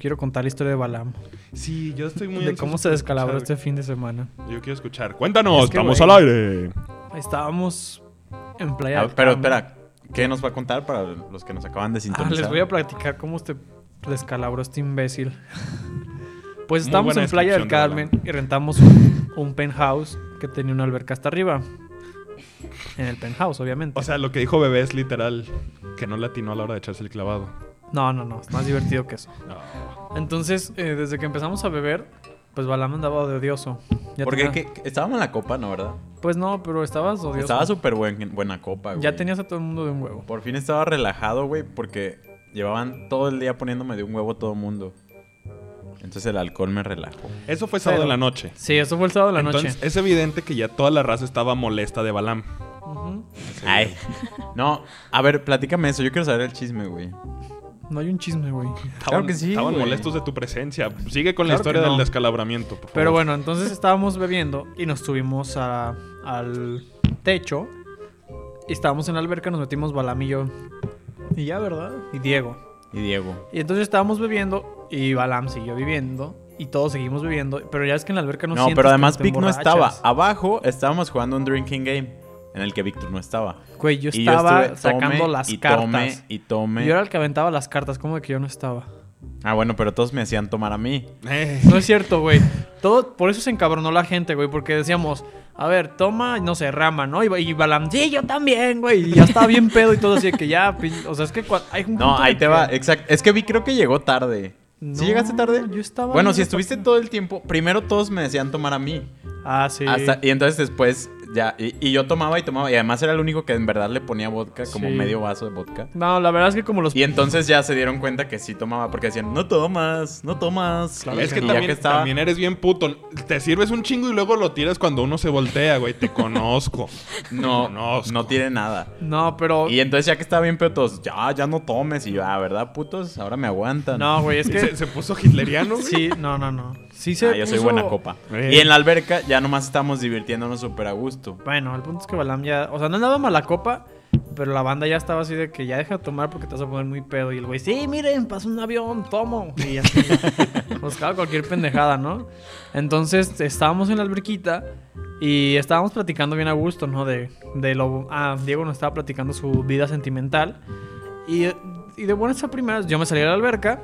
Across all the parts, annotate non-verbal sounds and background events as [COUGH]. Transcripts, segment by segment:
quiero contar la historia de Balam. Sí, yo estoy muy de ansioso cómo se por descalabró este escuchar. fin de semana. Yo quiero escuchar. Cuéntanos, Es que, estamos güey. al aire. Estábamos en A Playa ver, del pero Carmen. espera, ¿qué nos va a contar para los que nos acaban um, de Ah, sintonizar? les voy a platicar cómo te descalabró este imbécil. [LAUGHS] Pues Muy estábamos buena en Playa del descripción de Carmen y rentamos un, un penthouse que tenía una alberca hasta arriba. En el penthouse, obviamente. O sea, lo que dijo Bebé es literal que no latinó a la hora de echarse el clavado. no, no, no, es más divertido que eso. No. Entonces, eh, desde que empezamos a beber, pues Balam andaba de odioso. Ya Porque tenía- ¿qué- estábamos en la copa, ¿no? ¿Verdad? Pues no, pero estabas odioso. Estaba súper buen- buena copa, güey. Ya tenías a todo el mundo de un huevo. Por fin estaba relajado, güey, porque llevaban todo el día poniéndome de un huevo todo el mundo. Entonces el alcohol me relajó. Eso fue Pero- sábado en la noche. Sí, eso fue el sábado de la Entonces, noche. es evidente que ya toda la raza estaba molesta de Balam. Ujú. Ay. [LAUGHS] No, a ver, platícame eso. Yo quiero saber el chisme, güey. No hay un chisme, güey. Estaban, que sí, Estaban güey. molestos de tu presencia. Sigue con la Claro historia que no. del descalabramiento, por favor. Pero bueno, entonces estábamos bebiendo y nos subimos a- al techo. Y estábamos en la alberca, nos metimos Balam y yo. Y ya, ¿verdad? Y Diego. Y Diego. Y entonces estábamos bebiendo y Balam siguió viviendo. Y todos seguimos bebiendo. Pero ya es que en la alberca no No, sientes pero que además te Vic no estaba. emborrachas. Abajo estábamos jugando un drinking game en el que Víctor no estaba. Güey, yo Y yo estaba estuve, tome sacando las y cartas. tome y tome. Yo era el que aventaba las cartas, como de que yo no estaba. Ah, bueno, pero todos me hacían tomar a mí. Eh, No es cierto, güey. Todo, por eso se encabronó la gente, güey, porque decíamos, a ver, toma, no sé, rama, ¿no? Y, y Balam, sí, yo también, güey. Y ya estaba bien pedo y todo así, de que ya, pin- o sea, es que cua- hay un No, punto ahí de te que- va. Exacto. Es que vi, creo que llegó tarde. No, ¿Sí llegaste tarde? yo estaba Bueno, ahí si en estuviste la- todo el tiempo, primero todos me decían tomar a mí. Ah, sí. Hasta, y entonces después ya. Y, y yo tomaba y tomaba. Y además era el único que en verdad le ponía vodka, como Sí. medio vaso de vodka. No, la verdad es que como los... Y entonces ya se dieron cuenta que sí tomaba, porque decían, no tomas, no tomas. Claro es que que, no. ya también, estaba- también eres bien puto. Te sirves un chingo y luego lo tiras cuando uno se voltea, güey. Te conozco. no, no, Conozco. tiene nada. No, pero... Y entonces ya que estaba bien pedo, todos, ya, ya no tomes. Y yo, ah, ¿verdad, putos? Ahora me aguantan. No, güey, es Se, [LAUGHS] que... se puso hitleriano, güey. Sí, no, no, no. Sí se Ah, yo soy puso- buena copa. Eh. Y en la alberca ya nomás estamos divirtiéndonos súper a gusto. Bueno, el punto es que Balam ya... O sea, no andaba mala copa, pero la banda ya estaba así de que ya deja de tomar porque te vas a poner muy pedo. Y el güey, sí, miren, pasó un avión, tomo. Y así, buscaba cualquier pendejada, ¿no? Entonces, estábamos en la alberquita y estábamos platicando bien a gusto, ¿no? De, de lo... Ah, Diego nos estaba platicando su vida sentimental. Y, y de buenas a primeras, yo me salí a la alberca...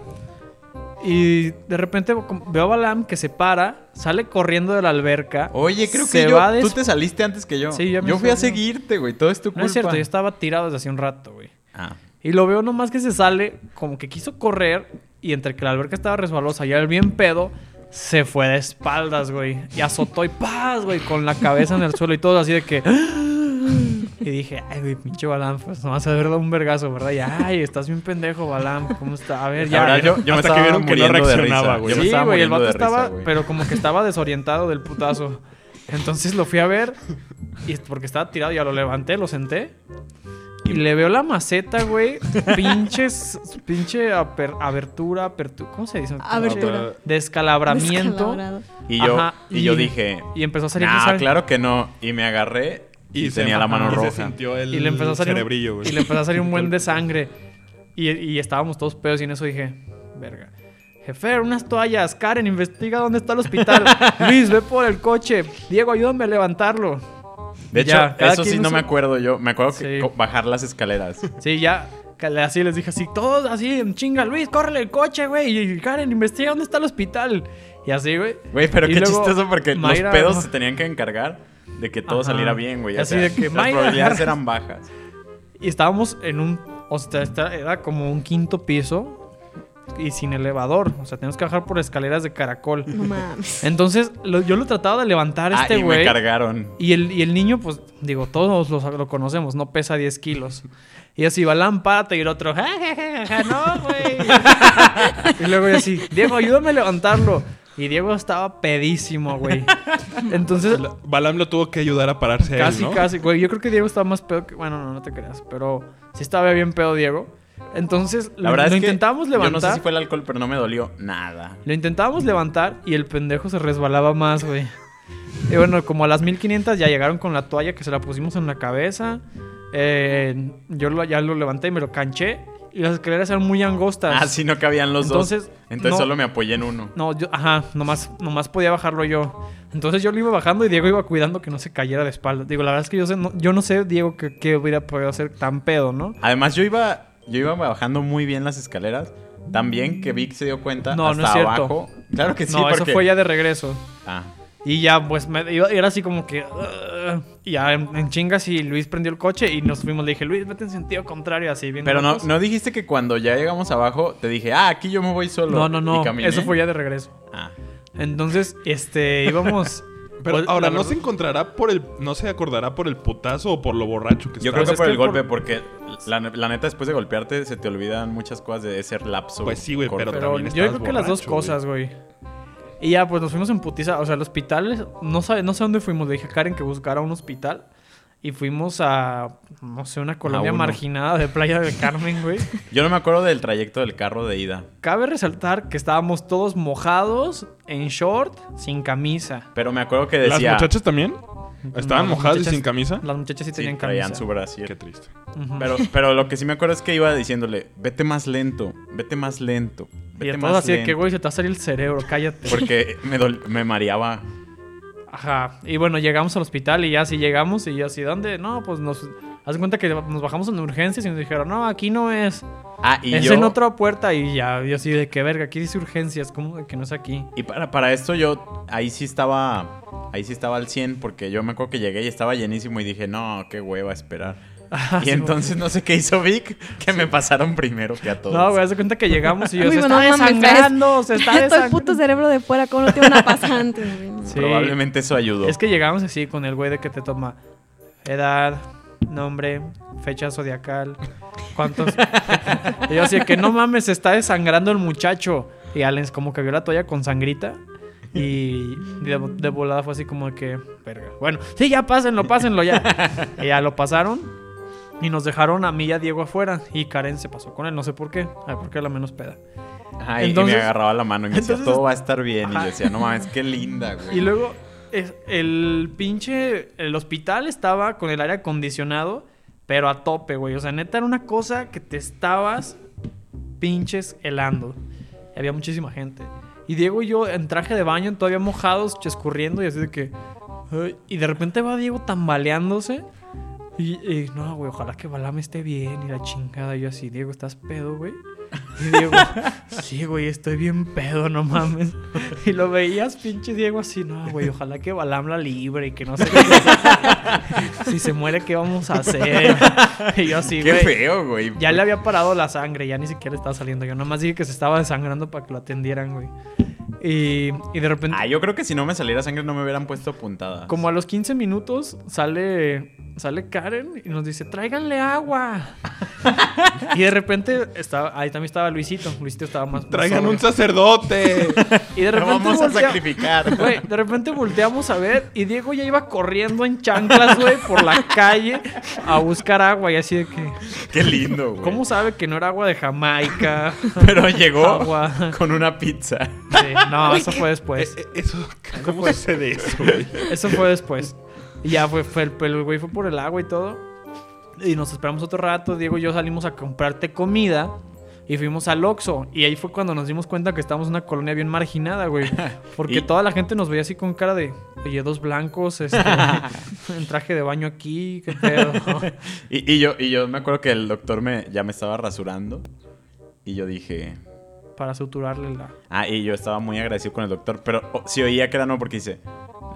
Y de repente veo a Balam que se para, sale corriendo de la alberca. Oye, creo se que yo, va tú des- te saliste antes que yo. Sí, ya me yo fui a salí. seguirte, güey. Todo es tu culpa. No es cierto, yo estaba tirado desde hace un rato, güey. Ah. Y lo veo nomás que se sale, como que quiso correr, y entre que la alberca estaba resbalosa y el bien pedo, se fue de espaldas, güey. Y azotó y paz, güey, con la cabeza en el suelo y todo así de que. [GASPS] Y dije, ay, güey, pinche Balán, pues nomás a ver dado un vergazo, ¿verdad? Y ay, estás bien pendejo, Balán, ¿cómo está? A ver, Eh, ya. La [LAUGHS] verdad, yo, yo me Hasta estaba que vieron que no muriendo de reaccionaba, risa. güey. Yo me sí, estaba güey, el muriendo vato de risa, estaba, güey. pero como que estaba desorientado del putazo. Entonces lo fui a ver, y es porque estaba tirado, ya lo levanté, lo senté. Y le veo la maceta, [LAUGHS] güey. Pinches, pinche aper- abertura, apertura, ¿cómo se dice? Abertura. Descalabramiento. Descalabrado. Y yo, Ajá, y, yo y- dije, Y empezó a salir ah, sal- claro que no. Y me agarré y, se- tenía la mano y roja. Se sintió el y le empezó a salir cerebrillo, un, güey. y le empezó a salir [LAUGHS] un buen de sangre y, y estábamos todos pedos y en eso dije verga Jefer, unas toallas. Karen, investiga dónde está el [LAUGHS] hospital. Luis, ve por el coche. Diego, ayúdame a levantarlo. De hecho, Ya, cada eso sí quien no hizo- me acuerdo yo. Me acuerdo que Sí. co- bajar [LAUGHS] las escaleras. Sí, ya. que le- Así les dije así, todos así, en chinga, Luis, córrele el coche, güey. Y Karen, investiga dónde está el hospital. Y así, güey. Güey, pero Y qué luego, chistoso porque Mayra- los pedos se tenían que encargar de que todo Ajá. saliera bien, güey. O Así sea, de que, las Mayra. probabilidades eran bajas. Y estábamos en un. O sea, esta- era como un quinto piso y sin elevador. O sea, tenemos que bajar por escaleras de caracol. No mames. Entonces, lo- yo lo trataba de levantar a Ah, este y me güey. cargaron. Y el, y el niño, pues, digo, todos los- lo conocemos, no pesa 10 kilos. Y así, Balán, párate, y el otro, "Ja, ja, ja, ja, no, güey. y luego yo así, Diego, ayúdame a levantarlo. Y Diego estaba pedísimo, güey. Entonces, Balam lo tuvo que ayudar a pararse a él, casi, ¿no? casi, güey, yo creo que Diego estaba más pedo que... Bueno, no, no te creas, pero sí estaba bien pedo Diego. Entonces, La verdad lo es que intentamos Yo no sé levantar. si fue el alcohol, pero no me dolió nada. Lo intentábamos levantar y el pendejo se resbalaba más, güey. Y bueno, como a las 1500 ya llegaron con la toalla que se la pusimos en la cabeza. Eh, yo lo- ya lo levanté y me lo canché. y las escaleras eran muy angostas. Ah, sí, no cabían los Entonces, dos. Entonces no. solo me apoyé en uno. No, yo, ajá, nomás, nomás podía bajarlo yo. Entonces yo lo iba bajando y Diego iba cuidando que no se cayera de espalda. Digo, la verdad es que yo, sé- no, yo no sé, Diego, que, que hubiera podido hacer tan pedo, ¿no? Además, yo iba, yo iba bajando muy bien las escaleras. Tan bien que Vic se dio cuenta No, hasta no es cierto. abajo. Claro que sí, no, eso porque- fue ya de regreso. Ah, Y ya, pues, me, iba- era así como que... "Ugh". y ya en, en chingas y Luis prendió el coche y nos fuimos. Le dije, Luis, vete en sentido contrario, así bien. Pero no, locos. no dijiste que cuando ya llegamos abajo te dije, ah, aquí yo me voy solo. No, no, Y no. caminé. Eso fue ya de regreso. Ah, Pues Entonces, este, íbamos... [LAUGHS] Pero pues, ahora la no verdad- se encontrará por el. No se acordará por el putazo o por lo borracho que Yo estaba. creo que Pues es por que el por- golpe, porque la, la neta, después de golpearte, se te olvidan muchas cosas de ese lapso. Pues sí, güey, corto. pero Pero también yo creo estabas que las dos borracho, cosas, güey. Y ya, pues nos fuimos en putiza. O sea, al hospital, no, sabe, no sé dónde fuimos. Le dije a Karen que buscara un hospital. Y fuimos a, no sé, una colonia uno. marginada de Playa [LAUGHS] del Carmen, güey. Yo no me acuerdo del trayecto del carro de ida. Cabe resaltar que estábamos todos mojados, en short, sin camisa. Pero me acuerdo que ¿Las decía. muchachas también? ¿Estaban No, las mojadas y muchachas- sin camisa? Las muchachas sí, Sí, tenían traían camisa. su brasier. Qué triste. Ujú. Pero, pero lo que sí me acuerdo es que iba diciéndole, vete más lento, vete más lento. y Vete a todos más así de que, lento". güey, se te va a salir el cerebro, cállate. Porque me, dol- me mareaba. Ajá. Y bueno, llegamos al hospital y ya así llegamos y ya así, ¿dónde? No, pues nos... Haz de cuenta que nos bajamos en urgencias y nos dijeron, no, aquí no es. Ah, y es yo. en otra puerta y ya, yo así de que verga, aquí dice urgencias, ¿cómo de que no es aquí? Y para, para esto yo ahí sí estaba ahí sí estaba al 100 porque yo me acuerdo que llegué y estaba llenísimo y dije, "No, qué [LAUGHS] hueva esperar." Ah, y entonces no sé qué hizo Vic, que me pasaron primero que a todos. No, güey, haz de cuenta que [LAUGHS] llegamos y yo, Uy, se bueno, está no mames, desangrando, [LAUGHS] se está [LAUGHS] Todo el puto desangrando. cerebro de fuera, ¿cómo no te van a pasar antes? güey? Sí. Probablemente eso ayudó. Es que llegamos así con el güey de que te toma edad, nombre, fecha zodiacal, cuántos... y yo así de que no mames, se está desangrando el muchacho. Y Alex como que vio la toalla con sangrita. Y de, de volada fue así como de que, verga. Bueno, sí, ya pásenlo, pásenlo ya. y ya lo pasaron. Y nos dejaron a mí y a Diego afuera. Y Karen se pasó con él, no sé por qué. Ay, porque era la menos peda. Ajá, y- y entonces- me agarraba la mano y me decía, entonces- "Todo va a estar bien." Y Ajá. yo decía, "No mames, qué linda, güey." Y luego es- el pinche el hospital estaba con el aire acondicionado, pero a tope, güey. O sea, neta era una cosa que te estabas pinches helando. Y había muchísima gente. Y Diego y yo en traje de baño, todavía mojados, escurriendo y así de que ay, y de repente va Diego tambaleándose. Y, y, no, güey, ojalá que Balame esté bien y la chingada. Yo así, Diego, ¿estás pedo, güey? Y Diego, sí, güey, estoy bien pedo, no mames. Y lo veías, pinche Diego, así, no, güey, ojalá que Balam la libre y que no sé qué. si se muere, ¿qué vamos a hacer? Y yo así, qué güey. feo, güey. Ya le había parado la sangre, ya ni siquiera estaba saliendo. Yo nomás dije que se estaba desangrando para que lo atendieran, güey. Y, y de repente, Ah, yo creo que si no me saliera sangre no me hubieran puesto puntada. como a los 15 minutos, sale, sale Karen y nos dice, tráiganle agua. y de repente, estaba, ahí también estaba Luisito. Luisito estaba más... más Traigan sobrio. un [LAUGHS] sacerdote. Y de repente [LAUGHS] vamos a voltea- sacrificar. [LAUGHS] Güey, de repente volteamos a ver y Diego ya iba corriendo en chanclas, güey, por la calle a buscar agua y así de que... Qué lindo, güey. ¿Cómo sabe que no era agua de Jamaica? Pero llegó Agua. con una pizza. Sí, no, eso fue después. Eh, eh, eso, ¿Cómo sucede eso, güey? Eso fue después. Y ya fue, fue el, el güey fue por el agua y todo. Y nos esperamos otro rato. Diego y yo salimos a comprarte comida. Y fuimos al Oxxo. Y ahí fue cuando nos dimos cuenta que estábamos en una colonia bien marginada, [LAUGHS] güey. Porque Y- toda la gente nos veía así con cara de... Oye, dos blancos, [LAUGHS] este... [LAUGHS] en traje de baño aquí, qué pedo. [LAUGHS] Y, y yo, y yo me acuerdo que el doctor me, ya me estaba rasurando. Y yo dije. Para suturarle la... Ah, y yo estaba muy agradecido con el doctor. Pero oh, sí oía que era no, porque dice.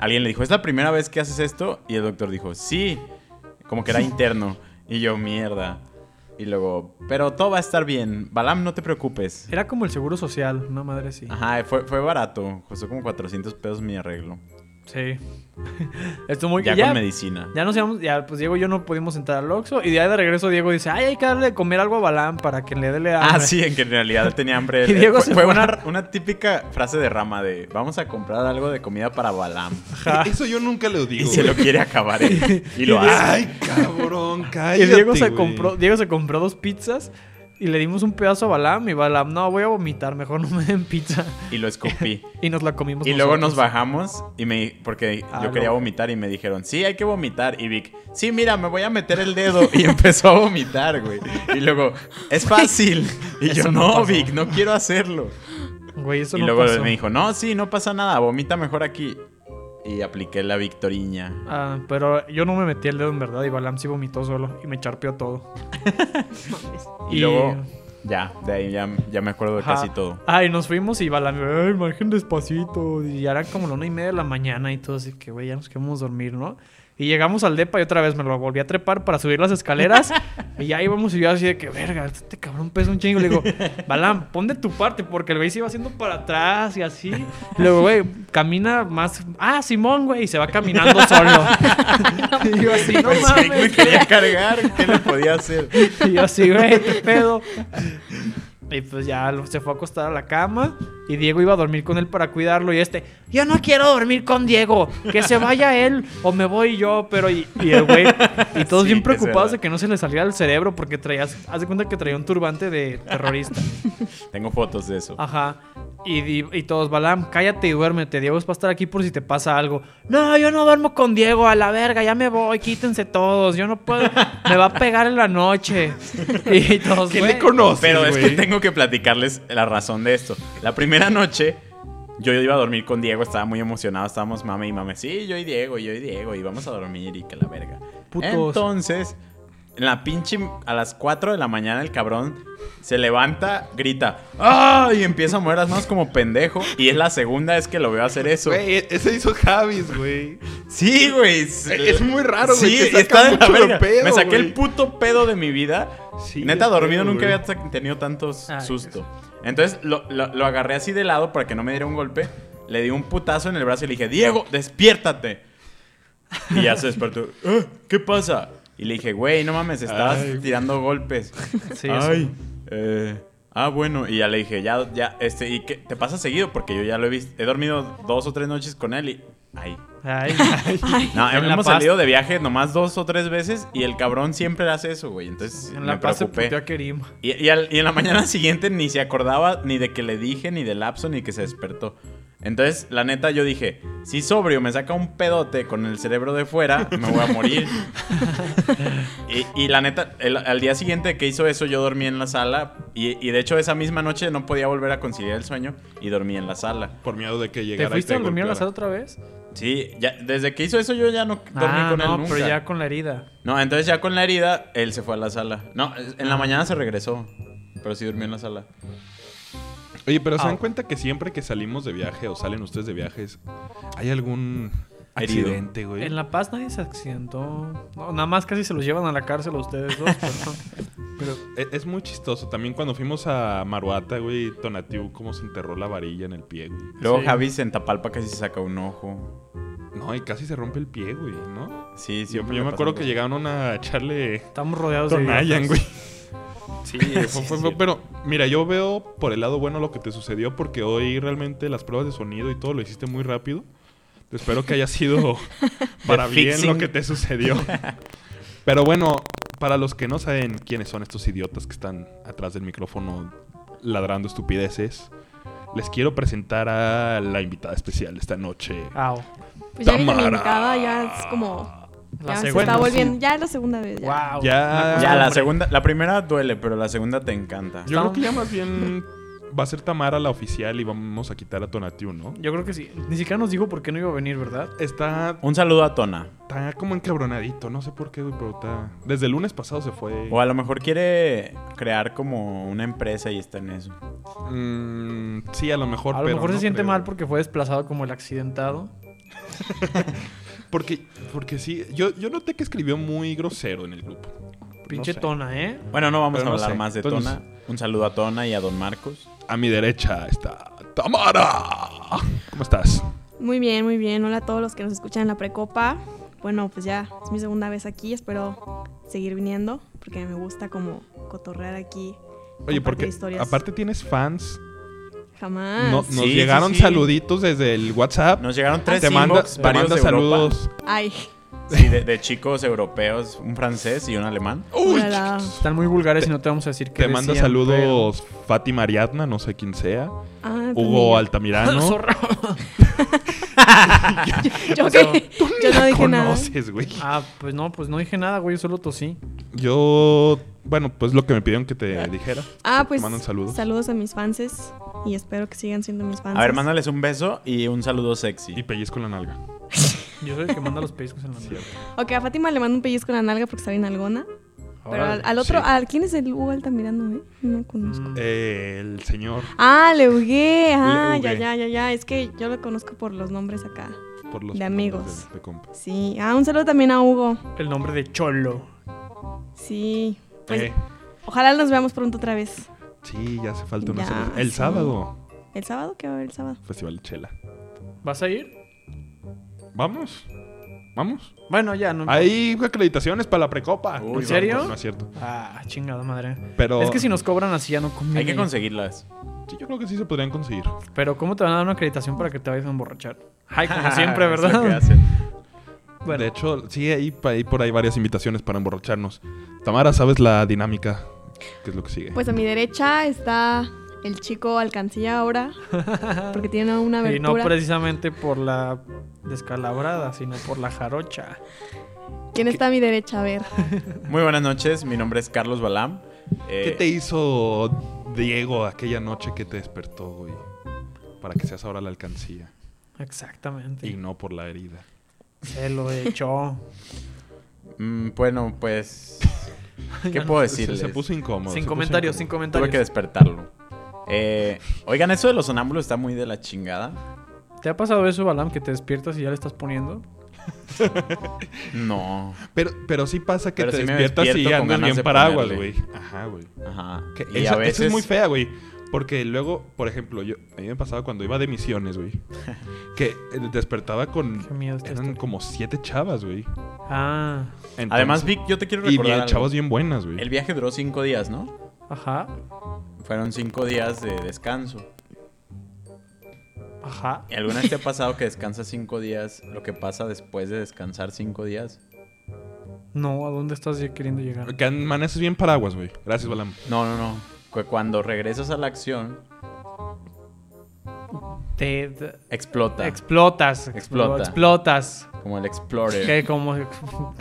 Alguien le dijo, ¿es la primera vez que haces esto? Y el doctor dijo, sí. Como que era interno. Y yo, mierda. Y luego, pero todo va a estar bien. Balam, no te preocupes. Era como el seguro social, una madre sí. Ajá, fue, fue barato. Costó como 400 pesos mi arreglo. Sí. [LAUGHS] Esto muy... ya, ya- con medicina. Ya nos íbamos, ya pues Diego y yo no pudimos entrar al Oxxo y de ahí de regreso Diego dice, ay, hay que darle de comer algo a Balán para que le dé hambre. Ah, sí, en que en realidad tenía hambre. [LAUGHS] Y Diego fue se fue fue. una, una típica frase de rama de vamos a comprar algo de comida para Balam. Eso yo nunca lo Y digo. se güey. lo quiere [LAUGHS] acabar él. Y lo hace. Ay, [LAUGHS] cabrón, Y cállate. Diego se güey. compró, Diego se compró dos pizzas Y le dimos un pedazo a Balam y Balam, no, voy a vomitar, mejor [LAUGHS] no me den pizza. Y [LAUGHS] lo escupí. Y nos la comimos. Y luego nos nosotros. bajamos y me porque Ah, yo quería no. vomitar y me dijeron, "Sí, hay que vomitar." Y Vic, "Sí, mira, me voy a meter el dedo." [LAUGHS] Y empezó a vomitar, güey. Y luego, "Es [LAUGHS] fácil." Y Eso yo, no "No, pasó". Vic, no quiero hacerlo." Güey, eso y no luego pasó. me dijo, "No, sí, no pasa nada, vomita mejor aquí." Y apliqué la victoriña. Ah, pero yo no me metí el dedo en verdad y Balam sí vomitó solo y me charpeó todo. Y, luego ya, de ahí ya, ya me acuerdo de Ajá. casi todo. Ah, y nos fuimos y Balam, ay, margen despacito. Y ya eran como la una y media de la mañana y todo así que, güey, ya nos queremos dormir, ¿no? Y llegamos al depa y otra vez me lo volví a trepar para subir las [LAUGHS] escaleras. y ya íbamos y yo así de que, verga, este cabrón pesa un chingo. Le digo, Balam, pon de tu parte porque el güey se iba haciendo para atrás y así. Y luego, güey, camina más. Ah, Simón, güey, y se va caminando [LAUGHS] solo. y yo así, no Pensé que Pues, me mames. quería cargar, ¿qué le podía hacer? [LAUGHS] Y yo así, güey, qué pedo. Y pues ya lo- se fue a acostar a la cama. Y Diego iba a dormir con él para cuidarlo. Y este, yo no quiero dormir con Diego. Que se vaya él o me voy yo. Pero y, y el güey. Y todos Sí, bien es preocupados de verdad. que no se le saliera el cerebro. Porque traías. Haz de cuenta que traía un turbante de terrorista. Tengo fotos de eso. Ajá. Y, di- y todos, Balam, cállate y duérmete. Diego es para estar aquí por si te pasa algo. No, yo no duermo con Diego, a la verga, ya me voy, quítense todos. Yo no puedo, me va a pegar en la noche. Y todos, ¿Qué güey. le conoces, Pero es que güey? tengo que platicarles la razón de esto. La primera noche yo iba a dormir con Diego, estaba muy emocionado, estábamos mame y mame. Sí, yo y Diego, yo y Diego, y vamos a dormir y que la verga. Putos. Entonces, en la pinche a las 4 de la mañana el cabrón se levanta, grita, ¡ah! y empieza a mover las manos como pendejo. Y es la segunda vez que lo veo hacer eso. Güey, e-, ese hizo Javis, güey. Sí, güey. Es muy raro, güey, Sí, te saca está de la mucho de verga. pedo, Me saqué el güey. puto pedo de mi vida. Sí, Neta, de dormido pedo, nunca güey. había ta- tenido tanto s- Ay, susto. Entonces lo, lo- lo agarré así de lado para que no me diera un golpe. Le di un putazo en el brazo y le dije, Diego, despiértate. Y ya se despertó. "Ah, ¿Qué pasa? Y le dije, güey, no mames, estás Ay. tirando golpes. Sí, eso. Ay, eh, ah, bueno. Y ya le dije, ya, ya, este, ¿y qué? ¿Te pasa seguido? Porque yo ya lo he visto. He dormido dos o tres noches con él y. Ay. Ay, No, En La hemos Paz. salido de viaje nomás dos o tres veces y el cabrón siempre hace eso, güey. Entonces en me la paz se preocupé. puteó a Kerim. Y, y al- y en la mañana [LAUGHS] siguiente ni se acordaba ni de que le dije, ni del lapso, ni que se despertó. Entonces, la neta, yo dije, si sobrio me saca un pedote con el cerebro de fuera, me voy a [LAUGHS] morir. y, y la neta, el- al día siguiente que hizo eso, yo dormí en la sala. Y, y de hecho, esa misma noche no podía volver a conciliar el sueño y dormí en la sala. Por miedo de que ¿Te llegara este fuiste este a dormir a la golpeara. sala otra vez? Sí, ya, desde que hizo eso yo ya no dormí Ah, con no, él nunca. pero ya con la herida. No, entonces ya con la herida, él se fue a la sala. No, en Ah. la mañana se regresó, pero sí durmió en la sala. Oye, pero ¿se Ah. dan cuenta que siempre que salimos de viaje o salen ustedes de viajes, hay algún Herido. accidente, güey? En La Paz nadie se accidentó. No, nada más casi se los llevan a la cárcel a ustedes dos. pero- Pero e- es muy chistoso. También cuando fuimos a Maruata, güey, Tonatiu como se enterró la varilla en el pie, güey. Luego Sí. Javis en Tapalpa casi se saca un ojo. No, y casi se rompe el pie, güey, ¿no? Yo, Sí, siempre yo le me pasa acuerdo que eso. llegaron a echarle Estamos rodeados de Tonayan, idiotas. güey. [LAUGHS] Sí, Fue- sí, fue- sí. fue- pero mira, yo veo por el lado bueno lo que te sucedió porque hoy realmente las pruebas de sonido y todo lo hiciste muy rápido. Te Espero que haya [LAUGHS] sido para The bien lo fixing. que te sucedió. Pero bueno, para los que no saben quiénes son estos idiotas que están atrás del micrófono ladrando estupideces, les quiero presentar a la invitada especial de esta noche. Au. Pues ya que la Tamara. invitada ya es como. La ya se segunda. está volviendo. Ya es la segunda vez. Ya. Wow. Ya- Ya, la Hombre. segunda, la primera duele, pero la segunda te encanta. Yo creo que ya más bien va a ser Tamara la oficial y vamos a quitar a Tonatiu, ¿no? Yo creo que sí. Ni siquiera nos dijo por qué no iba a venir, ¿verdad? Está Un saludo a Tona. Está como encabronadito, no sé por qué, güey, pero está... Desde el lunes pasado se fue... O a lo mejor quiere crear como una empresa y está en eso. Mm, sí, a lo mejor, a lo pero mejor no se siente creo. mal porque fue desplazado como el accidentado. Porque, porque sí, yo, yo noté que escribió muy grosero en el grupo. Pinche No sé. tona, ¿eh? Bueno, no vamos Pero a no hablar sé. más de Entonces- Tona. Un saludo a Tona y a Don Marcos. A mi derecha está Tamara. ¿Cómo estás? Muy bien, muy bien. Hola a todos los que nos escuchan en la precopa. Bueno, pues ya es mi segunda vez aquí. Espero seguir viniendo porque me gusta como cotorrear aquí. Oye, compartir porque historias. Ah, aparte tienes fans. Jamás. No- nos sí, sí, llegaron sí. saluditos desde el WhatsApp. Nos llegaron tres Ah, te manda, inbox, te varios manda de Europa. saludos. Ay, Sí, de, de chicos europeos, un francés y un alemán. Uy, Ulala. Están muy vulgares y no te vamos a decir que. Te manda saludos Fátima Ariadna, no sé quién sea. Ah, pues Hugo mira. [LAUGHS] Altamirano. [LAUGHS] Yo, O sea, que- Tú ni yo no [LAUGHS] la dije nada. conoces, güey. Ah, pues no, pues no dije nada, güey. Solo tosí. Yo, bueno, pues lo que me pidieron que te dijera. Ah, Te pues mandan saludos. saludos a mis fans y espero que sigan siendo mis fans. A ver, mándales un beso y un saludo sexy. Y pellizco en la nalga. Yo soy el que manda los pellizcos en la mano. Ok, a Fátima le mando un pellizco en la nalga porque está bien algona. Pero Órale, al, al otro, sí. al, ¿quién es el Hugo Altamirano, eh? No conozco. Mm, Eh, el señor, Ah, Leugué. Ah, ya, Leugué. ya, ya, ya. Es que yo lo conozco por los nombres acá. por los nombres De amigos. De, de compa. Sí. Ah, un saludo también a Hugo. El nombre de Cholo. Sí. Pues, Eh, Ojalá nos veamos pronto otra vez. sí, ya hace falta una Ya, cerveza. El sí. sábado, ¿El sábado? ¿Qué va a haber el sábado? Festival de Chela. ¿Vas a ir? Vamos, vamos. Bueno, ya, no. Hay acreditaciones para la precopa. Uy, ¿En serio? No, no es cierto. Ah, chingada madre. Pero Es que si nos cobran así ya no conviene. Hay [LAUGHS] que conseguirlas. sí, yo creo que sí se podrían conseguir. Pero ¿cómo te van a dar una acreditación para que te vayas a emborrachar? Ay, [LAUGHS] [LAUGHS] como siempre, Es lo que ¿verdad? hacen. Bueno. De hecho, sí, hay, pa- hay por ahí varias invitaciones para emborracharnos. Tamara, ¿sabes la dinámica? ¿Qué es lo que sigue? Pues a mi derecha está el chico alcancía ahora. Porque tiene una Y no abertura. precisamente por la descalabrada, sino por la jarocha. ¿Quién está a mi derecha? A ver. Muy buenas noches, mi nombre es Carlos Balam. Eh, ¿Qué te hizo Diego aquella noche que te despertó, güey? Para que seas ahora la alcancía Exactamente. y no por la herida. Se lo echó. mm, bueno, [LAUGHS] pues. [LAUGHS] ¿Qué Ya no puedo Se, decirles? se puso incómodo. se Sin puso comentarios, sin incómodo. comentarios. Tuve que despertarlo. Eh, oigan, eso de los sonámbulos está muy de la chingada. ¿Te ha pasado eso, Balam, que te despiertas y ya le estás poniendo? No. Pero, pero sí pasa que Pero te sí me despiertas y despierto con andas ganas bien de paraguas, ponerle. güey. Ajá, güey. Ajá. Que esa, Y a esa veces. es muy fea, güey. Porque luego, por ejemplo, yo, a mí me pasaba cuando iba de misiones, [LAUGHS] güey. Que eh, despertaba Qué con... miedo está Eran esto. como siete chavas, güey. Ah, Entonces- Además, Vic, yo te quiero Y recordar. bien, algo. chavas bien buenas, güey. El viaje duró cinco días, ¿no? ajá, Fueron cinco días de descanso. ajá. ¿Alguna vez te ha pasado que descansas cinco días? Lo que pasa después de descansar cinco días. No, ¿a dónde estás queriendo llegar? Que amaneces bien paraguas, güey. Gracias, Balam. No, no, no. Que cuando regresas a la acción, Te, te- explota. explotas. Explota. Explotas. como el Explorer. Que como... [LAUGHS]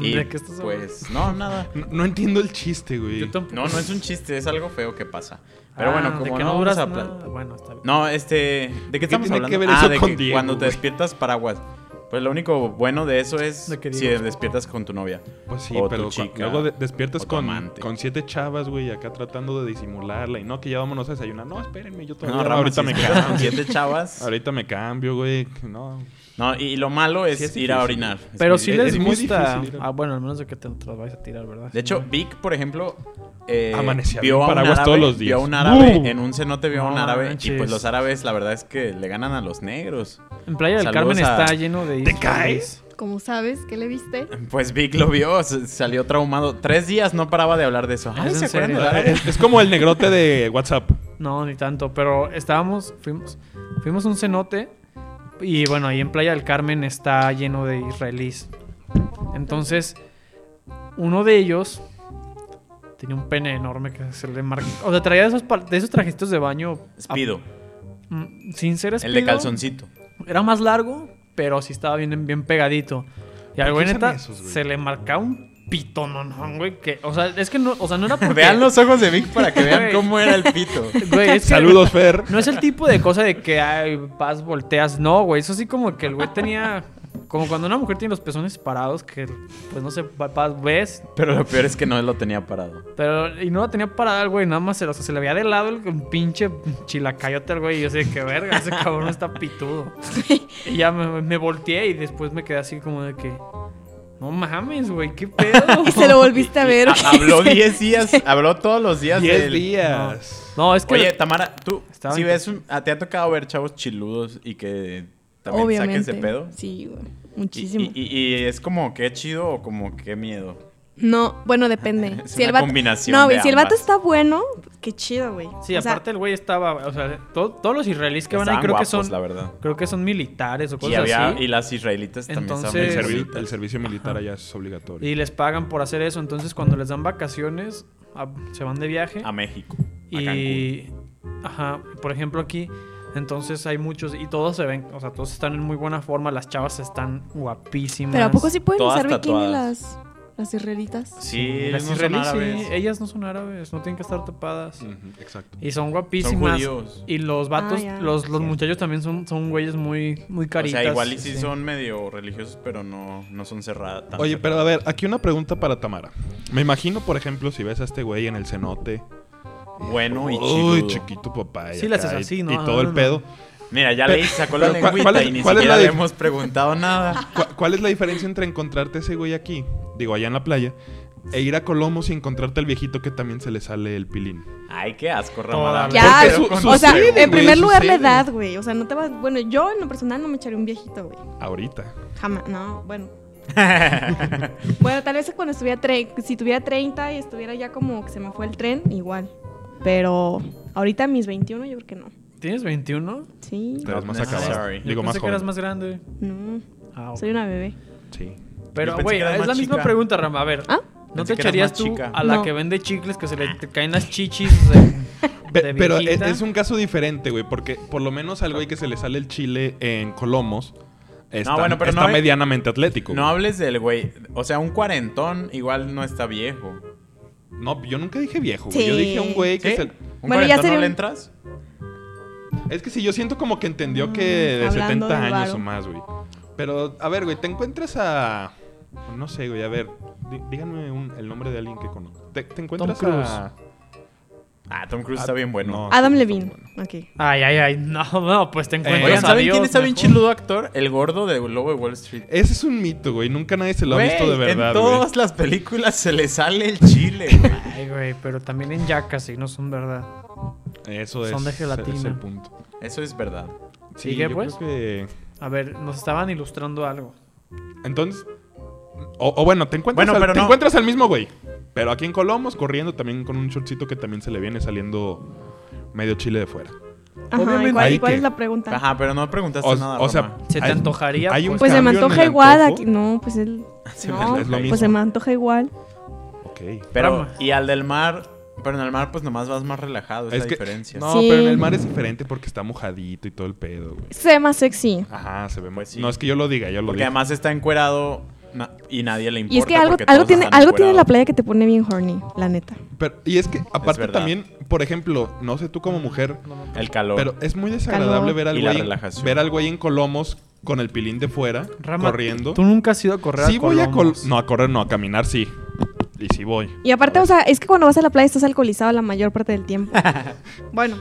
Y, ¿De qué estás hablando? pues, no, nada. No, no entiendo el chiste, güey. Yo tampoco. No, no es un chiste, es algo feo que pasa. Pero Ah, bueno, de como que no, duras vamos a pla- nada. Bueno, está bien. No, este. ¿De qué estamos tiene hablando? que ver ah, eso de con que Diego, cuando te güey? despiertas paraguas. Pues lo único bueno de eso es De que si Diego- despiertas con tu novia. Pues sí, O tu pero cu- chica, luego de- o despiertas tu con, amante. con siete chavas, güey, acá tratando de disimularla. Y no, que ya vámonos a desayunar. No, espérenme, yo todavía. No, Rafa, ahorita, si me despiertas con cambio, [LAUGHS] siete chavas. ahorita me cambio, güey. [LAUGHS] No. No, y, y lo malo es, Sí, es ir a difícil. orinar. Es Pero muy sí es- difícil. les es muy gusta. difícil ir a- Ah, bueno, al menos de que te te las vais a tirar, ¿verdad? De hecho, Sí, Vic, por ejemplo, eh, Amanecía vio bien a un paraguas árabe, todos los días. Vio a un árabe, ¡Bum! en un cenote vio a un No árabe. Y manches. pues los árabes, la verdad es que le ganan a los negros. [LAUGHS] En Playa del Saludos Carmen a- está lleno de. islas. caes? Como sabes, ¿qué le viste? Pues Vic lo vio, se- salió traumado. Tres días no paraba de hablar de eso. Ay, ¿Es ¿se en acuerdan serio? del árabe? Eh, Es, es como el negrote de WhatsApp. No, ni tanto. Pero estábamos, fuimos, fuimos a un cenote. Y bueno, ahí en Playa del Carmen está lleno de israelíes. Entonces, uno de ellos tenía un pene enorme que se le marcó. O sea, traía de esos, pa- de esos trajecitos de baño. Speedo, Mm, Sin ser el de Speedo. calzoncito. Era más largo, pero sí estaba bien, bien pegadito. Y al ¿Por güey qué usan neta esos, güey? se le marcaba un pito, no, no, güey. Que, o sea, es que no, o sea, no era porque. [LAUGHS] Vean los ojos de Vic para que vean Güey. cómo era el pito. Güey, es que Saludos, [LAUGHS] Fer. No es el tipo de cosa de que ay, vas, volteas. No, güey. Eso sí como que el güey tenía. Como cuando una mujer tiene los pezones parados, que pues no sé, va- vas, ves. Pero lo peor es que no lo tenía parado. Pero, y no lo tenía parada el güey, nada más se, o sea, se le veía de lado el un pinche chilacayote al güey. Y yo sé que verga, ese cabrón está [LAUGHS] pitudo. Y ya me, me volteé y después me quedé así como de que. No mames, güey, qué pedo. [LAUGHS] Y se lo volviste a ver. Ha- [LAUGHS] habló 10 días, habló todos los días Diez del- días. No, es que. Oye, Tamara, tú, Estaba si en- ves, un- a- te ha tocado ver chavos chiludos y que también Obviamente. saques de pedo. Sí, güey. Y- Muchísimo. Y, y- y es como qué chido o como qué miedo. No, bueno, depende. Es si una el vato... combinación No, de güey, si el vato ambas. está bueno, qué chido, güey. Sí, O sea, aparte el güey estaba, o sea, to- todos los israelíes que van ahí Estaban creo que guapos, son la verdad. creo que son militares o Y, cosas había- así. y las israelitas también estaban Entonces- El, Sí, muy servi- bonitas. el servicio militar Ajá. allá es obligatorio. Y les pagan por hacer eso. Entonces, cuando les dan vacaciones, a- se van de viaje. A México. A Cancún. y. Ajá. Por ejemplo, aquí. Entonces hay muchos. Y todos se ven. O sea, todos están en muy buena forma. Las chavas están guapísimas. Pero ¿a poco sí pueden Todas usar bikini tatuadas. las, las israelitas? Sí, Las ellos no son israelíes, sí, árabes. Mm. Ellas no son árabes. No tienen que estar tapadas. Ujú, exacto. Y son Son guapísimas. judíos. y los vatos, Ah, ya. los, los muchachos también son, son güeyes muy, muy caritas. o sea, igual y sí, Sí. son medio religiosos, pero no, no son cerradas. tan Oye, pero a ver, aquí una pregunta para Tamara. Me imagino, por ejemplo, si ves a este güey en el cenote. Bueno y Uy, chido. chiquito papá. y Sí, le haces acá, y- así, ¿no? Y todo Ah, el no. pedo. Mira, ya Pero- le sacó la pero ¿cuál- lengüita cuál es- y ni cuál es siquiera la le dif- hemos preguntado nada. ¿Cu- ¿Cuál es la diferencia entre encontrarte ese güey aquí, digo, allá en la playa, e ir a Colomos y encontrarte al viejito que también se le sale el pilín? Ay, qué asco, Toda Ramada. la- Ya, Porque su- o sea, sucede, en güey, primer lugar la sucede. edad, güey. O sea, no te vas... Bueno, yo en lo personal no me echaré un viejito, güey. Ahorita. Jamás, no, bueno. bueno, tal vez cuando estuviera... tre- Si tuviera 30 y estuviera ya como que se me fue el tren, igual. Pero ahorita a mis 21 yo creo que no. ¿Tienes 21? Sí, Te ves más necessary. acabado. Yo Yo Digo, más pensé que eras joven. más grande. no. Ah, ok. Soy una bebé. Sí. Pero, Yo pensé güey, que eras es más la misma chica. pregunta, Rama. A ver, ¿Ah? ¿no te Pensé que eras echarías más tú chica. a la No. que vende chicles que se [LAUGHS] le te caen las chichis de, Pe- de pero es, viejita? es un caso diferente, güey, porque por lo menos al güey que se le sale el chile en Colomos está, bueno, pero está no hay- medianamente atlético. [LAUGHS] No güey. hables del güey. O sea, un cuarentón igual no está viejo. No, yo nunca dije viejo, güey. Yo Sí. dije un güey que ¿Sí? se... ¿Un Bueno, ya cuarentón sería no le un- entras? Es que sí, yo siento como que entendió Mm, que de hablando 70 del años varo. o más, güey. Pero, a ver, güey, te encuentras a... No sé, güey, a ver. dí- Díganme un- el nombre de alguien que conozco. ¿Te, te encuentras Cruise. a... Ah, Tom Cruise Ah, está bien bueno. no. Adam sí, Levine. está Ok. Ay, ay, ay. No, [LAUGHS] no, pues te encuentras Oigan, a ¿saben quién Dios, está bien mejor. chiludo actor? El gordo de Lobo de Wall Street. Ese es un mito, güey. Nunca nadie se lo ha Güey, visto de verdad, güey. en todas las películas se le sale el chile, güey. Ay, güey, pero también en yacas y no son verdad. Eso Son es, de es- gelatina. es el punto. Eso es verdad. Sí, ¿Sigue, yo pues? creo que... A ver, nos estaban ilustrando algo. Entonces... O, o bueno, te encuentras, Bueno, al, pero te no. encuentras al mismo güey. Pero aquí en Colomos, corriendo también con un shortcito que también se le viene saliendo medio chile de fuera. Ajá, Obviamente- ¿y cuál, Ahí y cuál que- es la pregunta? Ajá, pero no preguntaste O, nada. o sea, Rama. ¿Se te hay- antojaría? hay un pues? Pues se me cambio en el antoja igual. antojo. aquí- No, pues él. Se me No, Es lo mismo. pues se me antoja igual. Ok. Pero, Rama. y al del mar, pero en el mar pues nomás vas más relajado, es, Es la que- diferencia. No, Sí. pero en el mar es diferente porque está mojadito y todo el pedo, güey. Se ve más sexy. Ajá, se ve más. Pues sí. No es que yo lo diga, yo lo Porque digo. además está encuerado na- y nadie le importa. Y es que algo, porque algo todos tiene, están algo tiene la encuerados. playa que te pone bien horny, la neta. Pero- y es que aparte verdad. también, por ejemplo, no sé tú como mujer, No, no, no. El calor. pero es muy desagradable Calor. ver al Y la güey relajación. ver al güey en Colomos con el pilín de fuera Rama, corriendo. Tú nunca has ido a correr sí a voy a col Colomos. no a correr, no a caminar sí. Y sí voy. Y aparte, o sea, es que cuando vas a la playa estás alcoholizado la mayor parte del tiempo. bueno,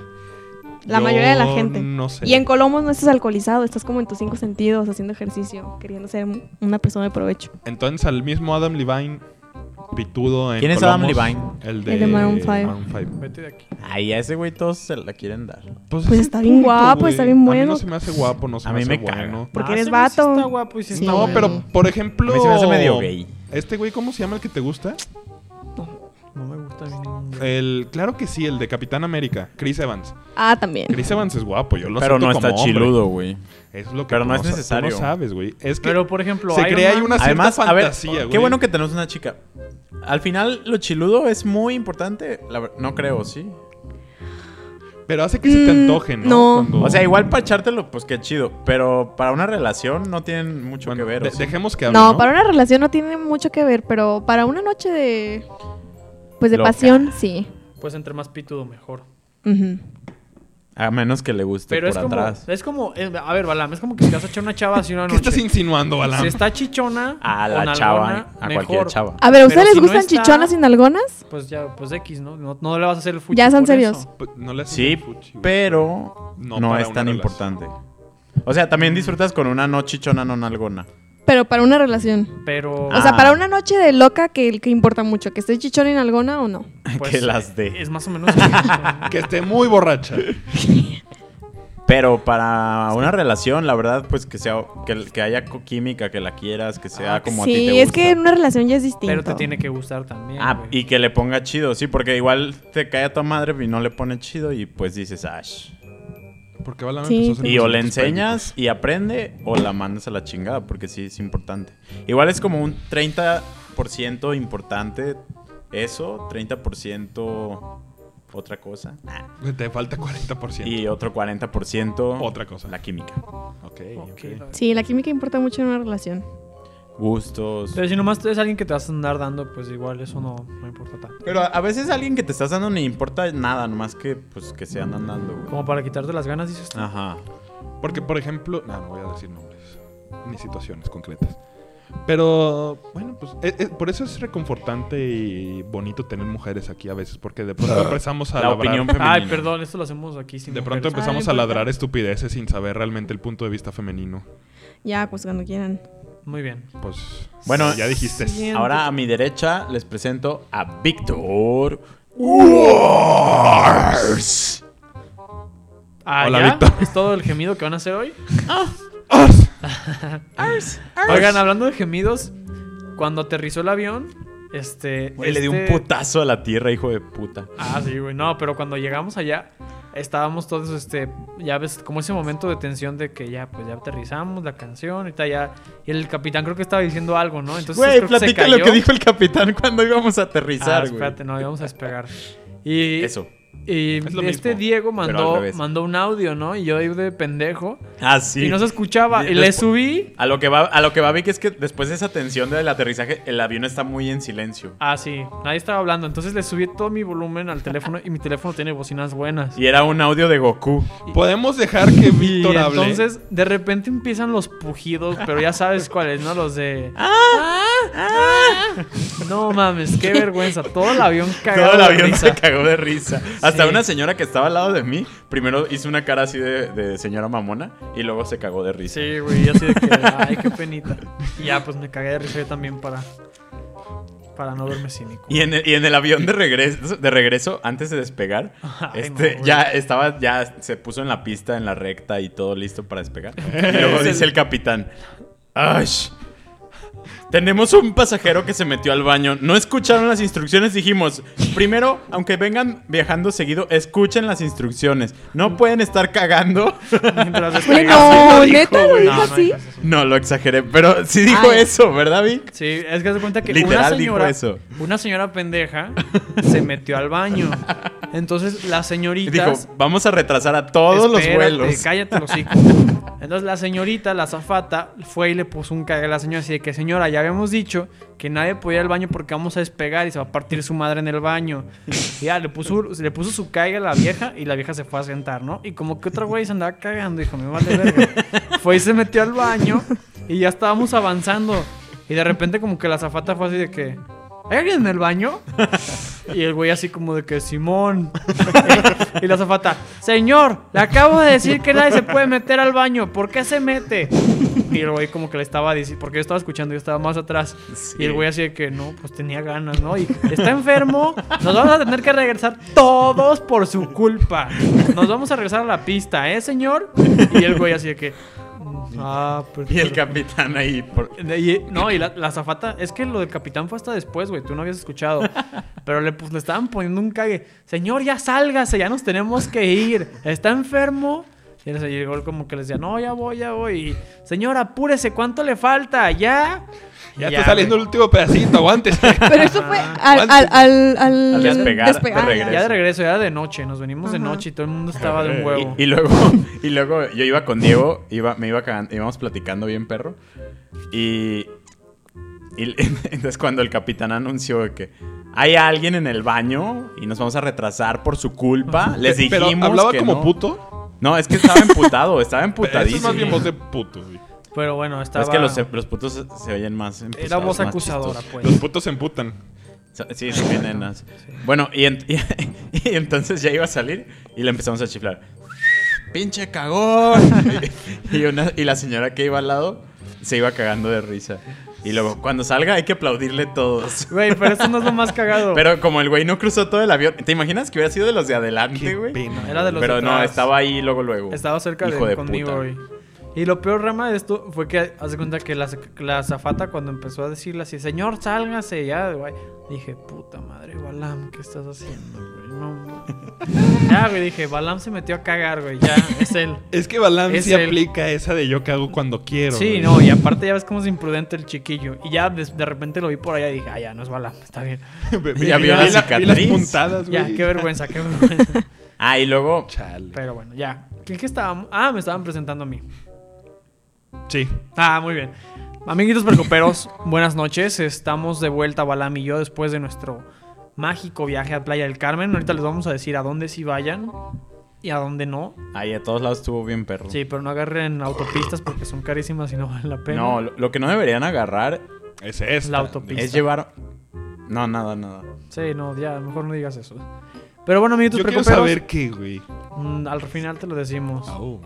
la Yo mayoría de la gente. No sé. Y en Colomos no estás alcoholizado, estás como en tus cinco sentidos, haciendo ejercicio, queriendo ser un- una persona de provecho. Entonces al mismo Adam Levine pitudo en ¿Quién es Adam Colomos, Levine? El de, El de Maroon five. Maroon five. Vete de aquí. Ay, a ese güey todos se la quieren dar. Pues es está el bien guapo, güey. está bien A mí bueno. no se me hace guapo, no se A me mí hace me caga. bueno. Porque Ah, eres ese güey vato. Sí está guapo y sí Sí, está No, güey. pero por ejemplo. A mí se me hace medio gay. Este güey, ¿cómo se llama el que te gusta? No me gusta ni ningún güey. El, claro que sí, el de Capitán América, Chris Evans. Ah, también. Chris Evans es guapo, yo lo Pero siento no como está hombre. chiludo, güey. Es lo que Pero tú no es sa- tú necesario. No sabes, güey. Es que Pero, por ejemplo, se Iron crea ahí Man- una cierta Además, a ver, fantasía, güey. qué bueno que tenemos una chica. Al final, lo chiludo es muy importante. la ver- no creo, sí. Pero hace que se te Mm, antoje, ¿no? no. Cuando- O sea, igual para echártelo, pues qué chido. Pero para una relación no tienen mucho Bueno, que ver. de- ¿o sí? dejemos que hable, No, para una relación no tiene mucho que ver, pero para una noche de. Pues de Loca. pasión, sí. Pues entre más pitudo, mejor. Ujú. A menos que le guste Pero por es como, atrás. es como, eh, a ver, Balam, es como que si vas a echar una chava así una [LAUGHS] ¿Qué noche. estás insinuando, Balam? Si está chichona, A o la nalgona, chava, a cualquier mejor. [LAUGHS] chava. A ver, ¿a Pero ¿ustedes les si no gustan está- chichonas y nalgonas? Pues ya, pues X, ¿no? ¿no? no le vas a hacer el fuchi Ya son por serios. eso. [LAUGHS] Pues, No le haces Sí, el fuchi, güey. pero No no, para es una tan relación. importante. O sea, también disfrutas con una no chichona, no nalgona. [LAUGHS] Pero para una relación. Pero... O sea, Ah. para una noche de loca que, que importa mucho, que estés chichona y nalgona o no. [LAUGHS] pues, que las dé. [LAUGHS] Es más o menos... eso. Que esté muy borracha. Pero para una relación, la verdad, pues que sea que, que haya co- química, que la quieras, que sea Ah, como a ti sí, te es que en gusta. una relación ya es distinto. Pero te tiene que gustar también. Ah, güey. y que le ponga chido, sí, porque igual te cae a tu madre y no le pone chido y pues dices, ash. Porque Balán Sí, empezó a hacer Y o le conciertos enseñas y aprende o la mandas a la chingada, porque sí es importante. Igual es como un 30% importante eso, 30% otra cosa públicos. Te falta 40%. y otro 40% Otra cosa. la química. Ok, Ok, la- Sí, la química importa mucho en una relación. Gustos. Pero si nomás tú eres alguien que te vas a andar dando, pues igual eso no, no importa tanto. Pero a- a veces alguien que te estás dando ni importa nada, nomás que pues que se andan dando, güey. Como para quitarte las ganas, dices tú. Ajá. Porque, por ejemplo, no, no voy a decir nombres ni situaciones concretas. Pero, bueno, pues eh, eh, por eso es reconfortante y bonito tener mujeres aquí a veces, porque de pronto empezamos a La labrar- opinión femenina. Ay, perdón, esto lo hacemos aquí sin De mujeres. pronto empezamos a Ah, no importa. ladrar estupideces sin saber realmente el punto de vista femenino. Ya, pues cuando quieran. Muy bien. Pues, Bueno, ya dijiste. Siguiente. Ahora a mi derecha les presento a Víctor. Ah, Hola, ¿ya? Víctor. ¿Es todo el gemido que van a hacer [LAUGHS] hoy? Ah. Oigan, hablando de gemidos, cuando aterrizó el avión, este... Güey, Le dio un este- putazo a la tierra, hijo de puta. Ah, sí, güey. No, pero cuando llegamos allá, estábamos todos, este, ya ves, como ese momento de tensión de que ya, pues ya aterrizamos, la canción y tal, ya. Y el capitán creo que estaba diciendo algo, ¿no? Entonces, Güey, creo que se platica lo cayó. que dijo el capitán cuando íbamos a Ah, aterrizar, güey. espérate, no, íbamos a despegar. Y, Eso. y Es lo este mismo, Diego al mandó, revés. mandó un audio, ¿no? Y yo ahí de pendejo. Ah, sí. Y no se escuchaba. Y Y le despu- subí. A lo que va, a lo que va Vic es que después de esa tensión del aterrizaje, el avión está muy en silencio. Ah, sí, nadie estaba hablando. Entonces le subí todo mi volumen al teléfono y mi teléfono tiene bocinas buenas. Y era un audio de Goku. Podemos dejar que Y Víctor hable. entonces de repente empiezan los pujidos, pero ya sabes cuáles, ¿no? Los de... Ah, "Ah, No mames, qué vergüenza. Todo el avión cagado Todo el de avión risa. se cagó de risa. Hasta Sí. una señora que estaba al lado de mí, primero hizo una cara así de, de señora mamona y luego se cagó de risa. Sí, güey, así de que... Ay, qué penita. Y ya, pues me cagué de risa yo también para... Para no verme cínico. Y en, el, y en el avión de regreso, de regreso antes de despegar, [LAUGHS] Ay, no, este, güey. ya estaba, ya se puso en la pista, en la recta y todo listo para despegar. Y [LAUGHS] luego dice el capitán, ¡Ay! Tenemos un pasajero que se metió al baño. No escucharon las instrucciones. Dijimos, primero, aunque vengan viajando seguido, escuchen las instrucciones. No pueden estar cagando. [LAUGHS] [LAUGHS] Mientras Bueno, despegaba. neta, lo No, dijo no así. digas eso. No, lo exageré, pero sí dijo Ay. eso, ¿verdad, Vic? Sí, es que se cuenta que una Literal dijo señora, eso. una señora [LAUGHS] pendeja se metió al baño. Entonces las Y señoritas dijo, vamos a retrasar a todos Espérate, los vuelos. Cállate los [LAUGHS] hijos. Entonces la señorita, la zafata, fue y le puso un cague a la señora. Así de que, señora, ya habíamos dicho que nadie podía ir al baño porque vamos a despegar y se va a partir su madre en el baño. Y ya, le puso, le puso su cague a la vieja y la vieja se fue a sentar, ¿no? Y como que otra güey se andaba cagando, dijo, me vale verga. Fue y se metió al baño y ya estábamos avanzando. Y de repente como que la zafata fue así de que... ¿Hay alguien en el baño? Y el güey así como de que Simón. y la zafata, señor, le acabo de decir que nadie se puede meter al baño. ¿Por qué se mete? Y el güey como que le estaba diciendo, porque yo estaba escuchando, yo estaba más atrás. Sí. Y el güey así de que no, pues tenía ganas, ¿no? Y está enfermo, nos vamos a tener que regresar todos por su culpa. Nos vamos a regresar a la pista, ¿eh, señor? Y el güey así de que... mm, Ah, pues, Y el pero- capitán ahí. por- de- eh, y- no, y la, la zafata, es que lo del capitán fue hasta después, güey, tú no habías [LAUGHS] escuchado. Pero le, pues, le estaban poniendo un cague. Señor, ya sálgase, ya nos tenemos que ir. Está enfermo. Y él se llegó como que le decía, no, ya voy, ya voy. Y, Señor, apúrese, ¿cuánto le falta? Ya. Ya, Y está saliendo el último pedacito, aguantes. Pero eso fue al, al, al, al- Al despegar, de despegar, ya. güey. regreso. Ya de regreso, ya de noche, nos venimos de Ajá. noche y todo el mundo estaba de un huevo. Y, y luego, [LAUGHS] y luego yo iba con Diego, iba, me iba cagando, íbamos platicando bien, perro. Y, y [LAUGHS] entonces cuando el capitán anunció que hay alguien en el baño y nos vamos a retrasar por [LAUGHS] su culpa, [LAUGHS] les Pe- dijimos Pero hablaba que como no. puto. No, es que estaba emputado, estaba Pero Eso es emputadísimo. más bien voz de puto. güey. Pero bueno, estaba... Es que los, los putos se, se oyen más emputados, Era voz más acusadora, chistosos. pues. Los putos se emputan. So- Sí, sí, bien nenas. Bueno, y, en- [LAUGHS] y- y entonces ya iba a salir y le empezamos a chiflar. ¡Pinche [LAUGHS] cagón! y, una, y la señora que iba al lado se iba cagando de risa. Y luego, cuando salga, hay que aplaudirle [LAUGHS] todos. Güey, pero eso no es lo más cagado. Pero como el güey no cruzó todo el avión, ¿te imaginas que hubiera sido de los de adelante, güey? pena. Era de los Pero de no, atrás. estaba ahí luego, luego. Estaba cerca Hijo de, de conmigo, puta. güey. Y lo peor rama de esto fue que hace cuenta que la, la azafata cuando empezó a decirle así, señor, sálgase ya, güey. Dije, puta madre, Balam, ¿qué estás haciendo, güey? No, mames". ya, güey, dije, Balam se metió a cagar, güey, ya, es él. Es que Balam Es sí el- aplica esa de yo cago cuando quiero. Sí, güey. no, y aparte ya ves cómo es imprudente el chiquillo. Y ya de, de repente lo vi por allá y dije, ah, ya, no es Balam, está bien. [LAUGHS] Ve- Ya ve- vio vi la la- vi las cicatriz. puntadas, Ya, Pues, güey. qué vergüenza, qué vergüenza. Ah, y luego, Chale. Pero bueno, ya. ¿Qué, qué estábamos? Ah, me estaban presentando a mí. Sí. Ah, muy bien. Amiguitos percoperos, buenas noches. Estamos de vuelta, Balam y yo, después de nuestro mágico viaje a Playa del Carmen. Ahorita les vamos a decir a dónde sí vayan y a dónde no. ahí a todos lados estuvo bien perro. Sí, pero no agarren autopistas porque son carísimas y no vale la pena. No, lo, lo que no deberían agarrar Es esta. La autopista. es llevar. No, nada, nada. Sí, no, ya, mejor no digas eso. Pero bueno, amiguitos Yo quiero percoperos, saber qué, güey. mm, al final te lo decimos. Au.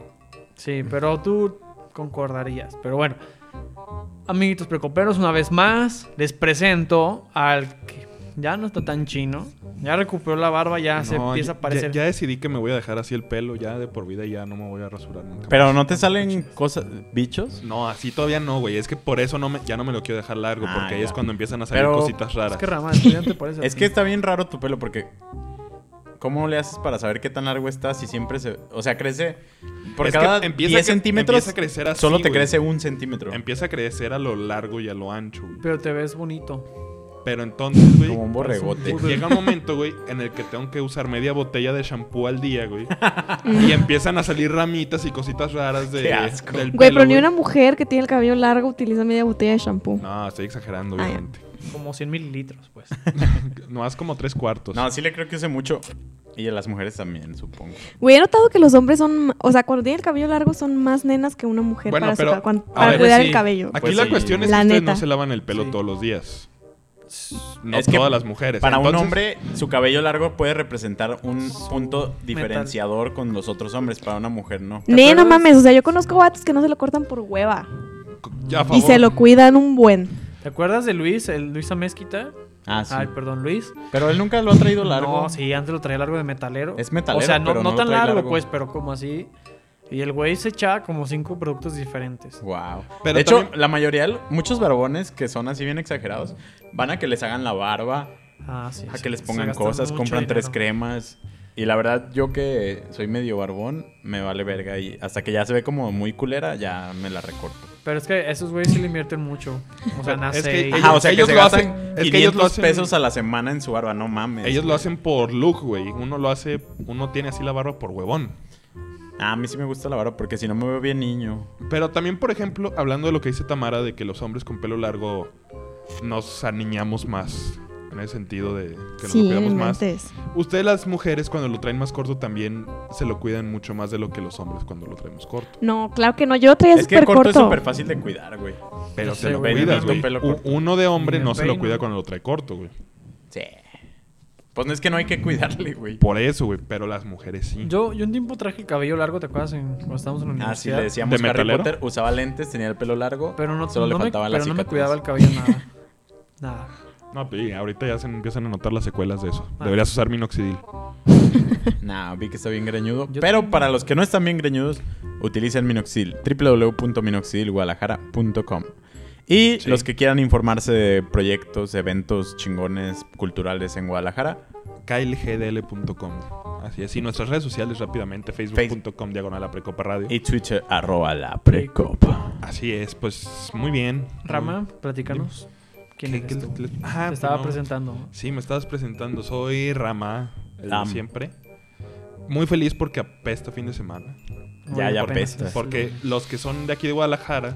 Sí, pero tú concordarías. Pero bueno, amiguitos precoperos, una vez más, les presento al que ya no está tan chino. Ya recuperó la barba, ya se No, empieza a ya- parecer. Ya, decidí que me voy a dejar así el pelo ya de por vida y ya no me voy a rasurar nunca. Pero no te salen cosas. ¿Bichos? No, así todavía no, güey. Es que por eso no me, ya no me lo quiero dejar largo, Ah, porque ahí ya. es cuando empiezan a salir Pero- cositas raras. Es que Ramón, estudiante parece. a [LAUGHS] Es ti. que está bien raro tu pelo porque. ¿Cómo le haces para saber qué tan largo está si siempre se. O sea, crece. Por Es que cada empieza 10 que- centímetros. empieza a crecer así, Solo te güey. Em- crece un centímetro. Empieza a crecer a lo largo y a lo ancho, güey. Pero te ves bonito. Pero entonces, güey. Como un borregote. lle- Llega un momento, güey, en el que tengo que usar media botella de shampoo al día, güey. y empiezan a salir ramitas y cositas raras de, Qué asco. del [LAUGHS] Güey, pelo, pero ni una mujer que tiene el cabello largo utiliza media botella de shampoo. No, estoy exagerando, Ah, ya. obviamente. [LAUGHS] Como 100 mililitros, pues. No, haz como tres cuartos. No, sí le creo que use mucho. Y a las mujeres también, supongo. Güey, he notado que los hombres son, o sea, cuando tienen el cabello largo son más nenas que una mujer Bueno, para, su pero- ca- cuan- a para ver, cuidar sí. el cabello. Aquí Pues la sí. cuestión es La que ustedes neta. no se lavan el pelo Sí. todos los días. No Es que todas las mujeres. Para Entonces, un hombre, su cabello largo puede representar un punto diferenciador con los otros hombres. Para una mujer, no. Ne, no acuerdas? mames, o sea, yo conozco vatos que no se lo cortan por hueva ya, a y favor. se lo cuidan un buen. ¿Te acuerdas de Luis, el Luis Amezquita? Ah, sí. Ay, perdón, Luis. Pero él nunca lo ha traído largo. No, sí, antes lo traía largo de metalero. Es metalero, O sea, no, pero no no tan trae largo, largo. pues, pero como así. Y el güey se echaba como cinco productos diferentes. Wow. Pero de hecho, también- la mayoría, muchos barbones que son así bien exagerados, van a que les hagan la barba, Ah, sí. a sí, que les se pongan gasta cosas, mucho compran tres dinero. cremas. Y la verdad, yo que soy medio barbón, me vale verga. Y hasta que ya se ve como muy culera, ya me la recorto. Pero es que esos güeyes sí le invierten mucho. O sea, Pero nace. es que y- ellos- Ajá, o sea, que ellos se lo gastan hacen- es 500 que ellos lo hacen- pesos a la semana en su barba, no mames. Ellos lo hacen por look, güey. Uno lo hace, uno tiene así la barba por huevón. Ah, a mí sí me gusta la barba porque si no me veo bien niño. Pero también, por ejemplo, hablando de lo que dice Tamara, de que los hombres con pelo largo nos aniñamos más. En el sentido de que nos lo Sí, cuidamos más. antes. Ustedes, las mujeres, cuando lo traen más corto, también se lo cuidan mucho más de lo que los hombres cuando lo traemos corto. No, claro que no, yo lo traía Es que súper el corto, corto. es súper fácil de cuidar, güey. Pero Yo se sé, lo güey, cuidas, yo me güey. pelo U- corto. Uno de Y hombre me no se lo peino. cuida cuando lo trae corto, güey. Sí. Pues no es que no hay que cuidarle, güey. Por eso, güey. Pero las mujeres sí. Yo, yo un tiempo traje el cabello largo, ¿te acuerdas? En- cuando estábamos en la Ah, sí, universidad. le decíamos ¿De Harry metalero? Potter, usaba lentes, tenía el pelo largo, Pero no, solo no le me, faltaban pero las no me cicatrices. cuidaba el cabello nada. [LAUGHS] nada. No, pues, y ahorita ya se empiezan a notar las secuelas de eso. Ah. Deberías usar minoxidil. Nah, vi que está bien greñudo. Yo pero también. para los que no están bien greñudos, utilicen Minoxidil. www.minoxidilguadalajara.com Y Sí. los que quieran informarse de proyectos, eventos chingones culturales en Guadalajara, kylegdl.com. Así es. Y nuestras redes sociales rápidamente. Facebook.com, diagonal a Precopa Radio. y Twitter arroba la precopa. Así es. Pues muy bien. Rama, platícanos. ¿Quién ¿Qué- eres qué- tú? qué- Te Ah, estaba no. presentando. Sí, me estabas presentando. Soy Rama, el de Ram. siempre. Muy feliz porque apesta fin de semana. Ya, ya apesta. pestas. Porque los que son de aquí de Guadalajara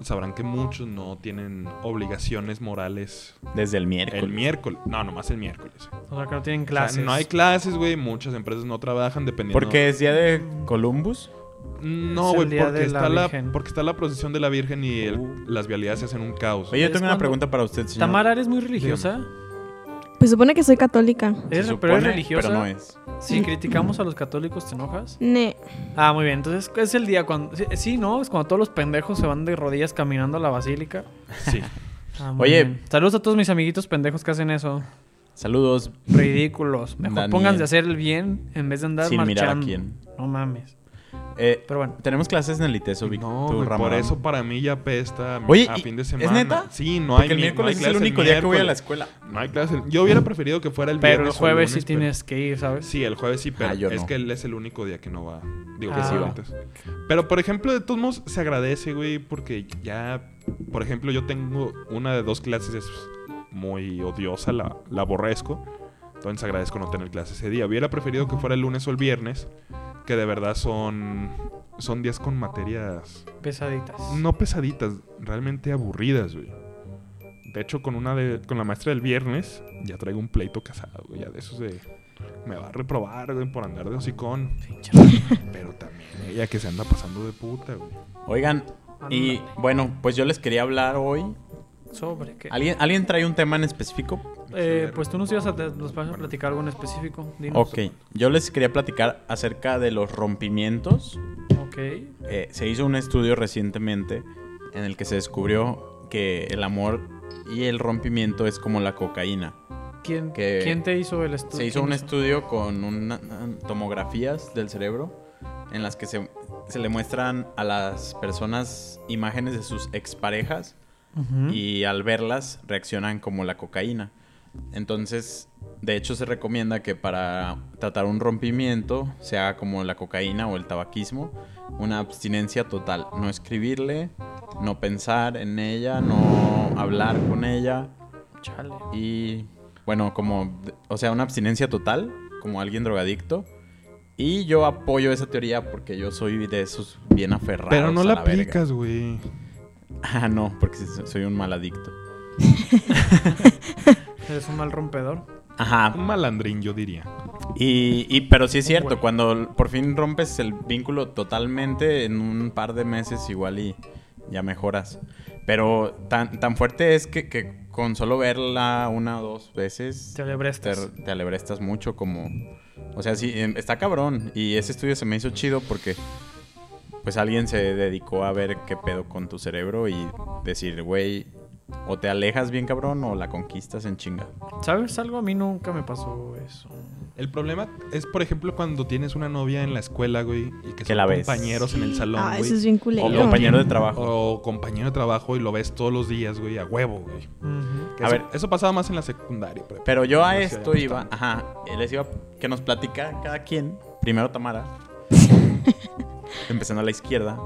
sabrán que muchos no tienen obligaciones morales Desde el miércoles. el miércoles. No, nomás el miércoles. O sea, O sea, que no tienen clases. no hay clases, güey. Muchas empresas no trabajan dependiendo. Porque es día de Columbus. Es No, el güey, día porque, de la está la- Virgen. porque está la procesión de la Virgen y el- las vialidades se hacen un caos. Uh. Oye, yo Es tengo una cuando- pregunta para usted, señor. Tamara, ¿eres muy religiosa? Pues supone que soy Se católica. ¿Eres, pero eres supone, religiosa. Pero no es. Si criticamos a los católicos, ¿te enojas? Ne. Ah, muy bien. Entonces es el día cuando. sí- Sí, ¿no? Es cuando todos los pendejos se van de rodillas caminando a la basílica. [LAUGHS] Sí. Ah, muy Oye. bien. Saludos a todos mis amiguitos pendejos que hacen eso. Saludos. Ridículos. Mejor Daniel. pónganse a hacer el bien en vez de andar Sin marchando. mirar a quién. No mames. Eh, Pero bueno. Tenemos clases en el ITESO, Vic. No, tú, güey, por Ramadán. eso para mí ya pesta Oye, a ¿y- fin de es semana. neta? Sí, no Porque hay el mi- no hay miércoles es el clases único día que voy a la miércoles. escuela. No hay clases. Yo hubiera preferido que fuera el viernes. Pero el o jueves sí lunes, pero- tienes que ir, ¿sabes? Sí, el jueves sí, pero Ah, yo es no. que él es el único día que no va. Digo que Ah. sí va. Entonces. Pero por ejemplo, de todos modos se agradece, güey, porque ya, por ejemplo, yo tengo una de dos clases es muy odiosa, la, la aborrezco. Entonces agradezco no tener clase ese día. Hubiera preferido que fuera el lunes o el viernes, que de verdad son son días con materias Pesaditas. no pesaditas, realmente aburridas, güey. De hecho, con una de, con la maestra del viernes, ya traigo un pleito casado, güey. Ya de esos de. Me va a reprobar, güey, por andar de hocicón. Pinche- Pero también ella que se anda pasando de puta, güey. Oigan, y Ándale. bueno, pues yo les quería hablar hoy. Sobre qué. ¿Alguien, ¿alguien trae un tema en específico? Eh, pues tú nos ibas a, nos vas a platicar algo en específico. Dinos. Ok, yo les quería platicar acerca de los rompimientos. Ok. Eh, se hizo un estudio recientemente en el que se descubrió que el amor y el rompimiento es como la cocaína. ¿Quién, Que- ¿Quién te hizo el estudio? Se hizo un estudio con una- tomografías del cerebro en las que se, se le muestran a las personas imágenes de sus exparejas y al verlas reaccionan como la cocaína. Entonces, de hecho se recomienda que para tratar un rompimiento se haga como la cocaína o el tabaquismo, una abstinencia total, no escribirle, no pensar en ella, no hablar con ella Chale. y bueno, como o sea, una abstinencia total, como alguien drogadicto. Y yo apoyo esa teoría porque yo soy de esos bien aferrados. Pero no a la verga. aplicas, güey. Ah, no, porque so- soy un mal adicto. Eres un mal rompedor. Ajá, Un malandrín, yo diría. Y, y- pero sí es cierto, cuando l- por fin rompes el vínculo totalmente, en un par de meses igual y ya mejoras. Pero tan, tan fuerte es que, que con solo verla una o dos veces Te alebrestas. te, te alebrestas mucho como... O sea, sí, em, está cabrón. Y ese estudio se me hizo chido porque pues alguien se dedicó a ver qué pedo con tu cerebro y decir, güey, o te alejas bien cabrón o la conquistas en chinga. ¿Sabes algo? A mí nunca me pasó eso. El problema es, por ejemplo, cuando tienes una novia en la escuela, güey, y que, Que son la ves. compañeros en el salón, Ah, güey. eso es bien O culero. compañero de trabajo. O compañero de trabajo y lo ves todos los días, güey, a huevo, güey. Ujú. Que A eso, ver. eso pasaba más en la secundaria. prepa. Pero yo a No sé, esto no iba, ajá, eh, les iba que nos platicara cada quien, primero [LAUGHS] Tamara, empezando a la izquierda,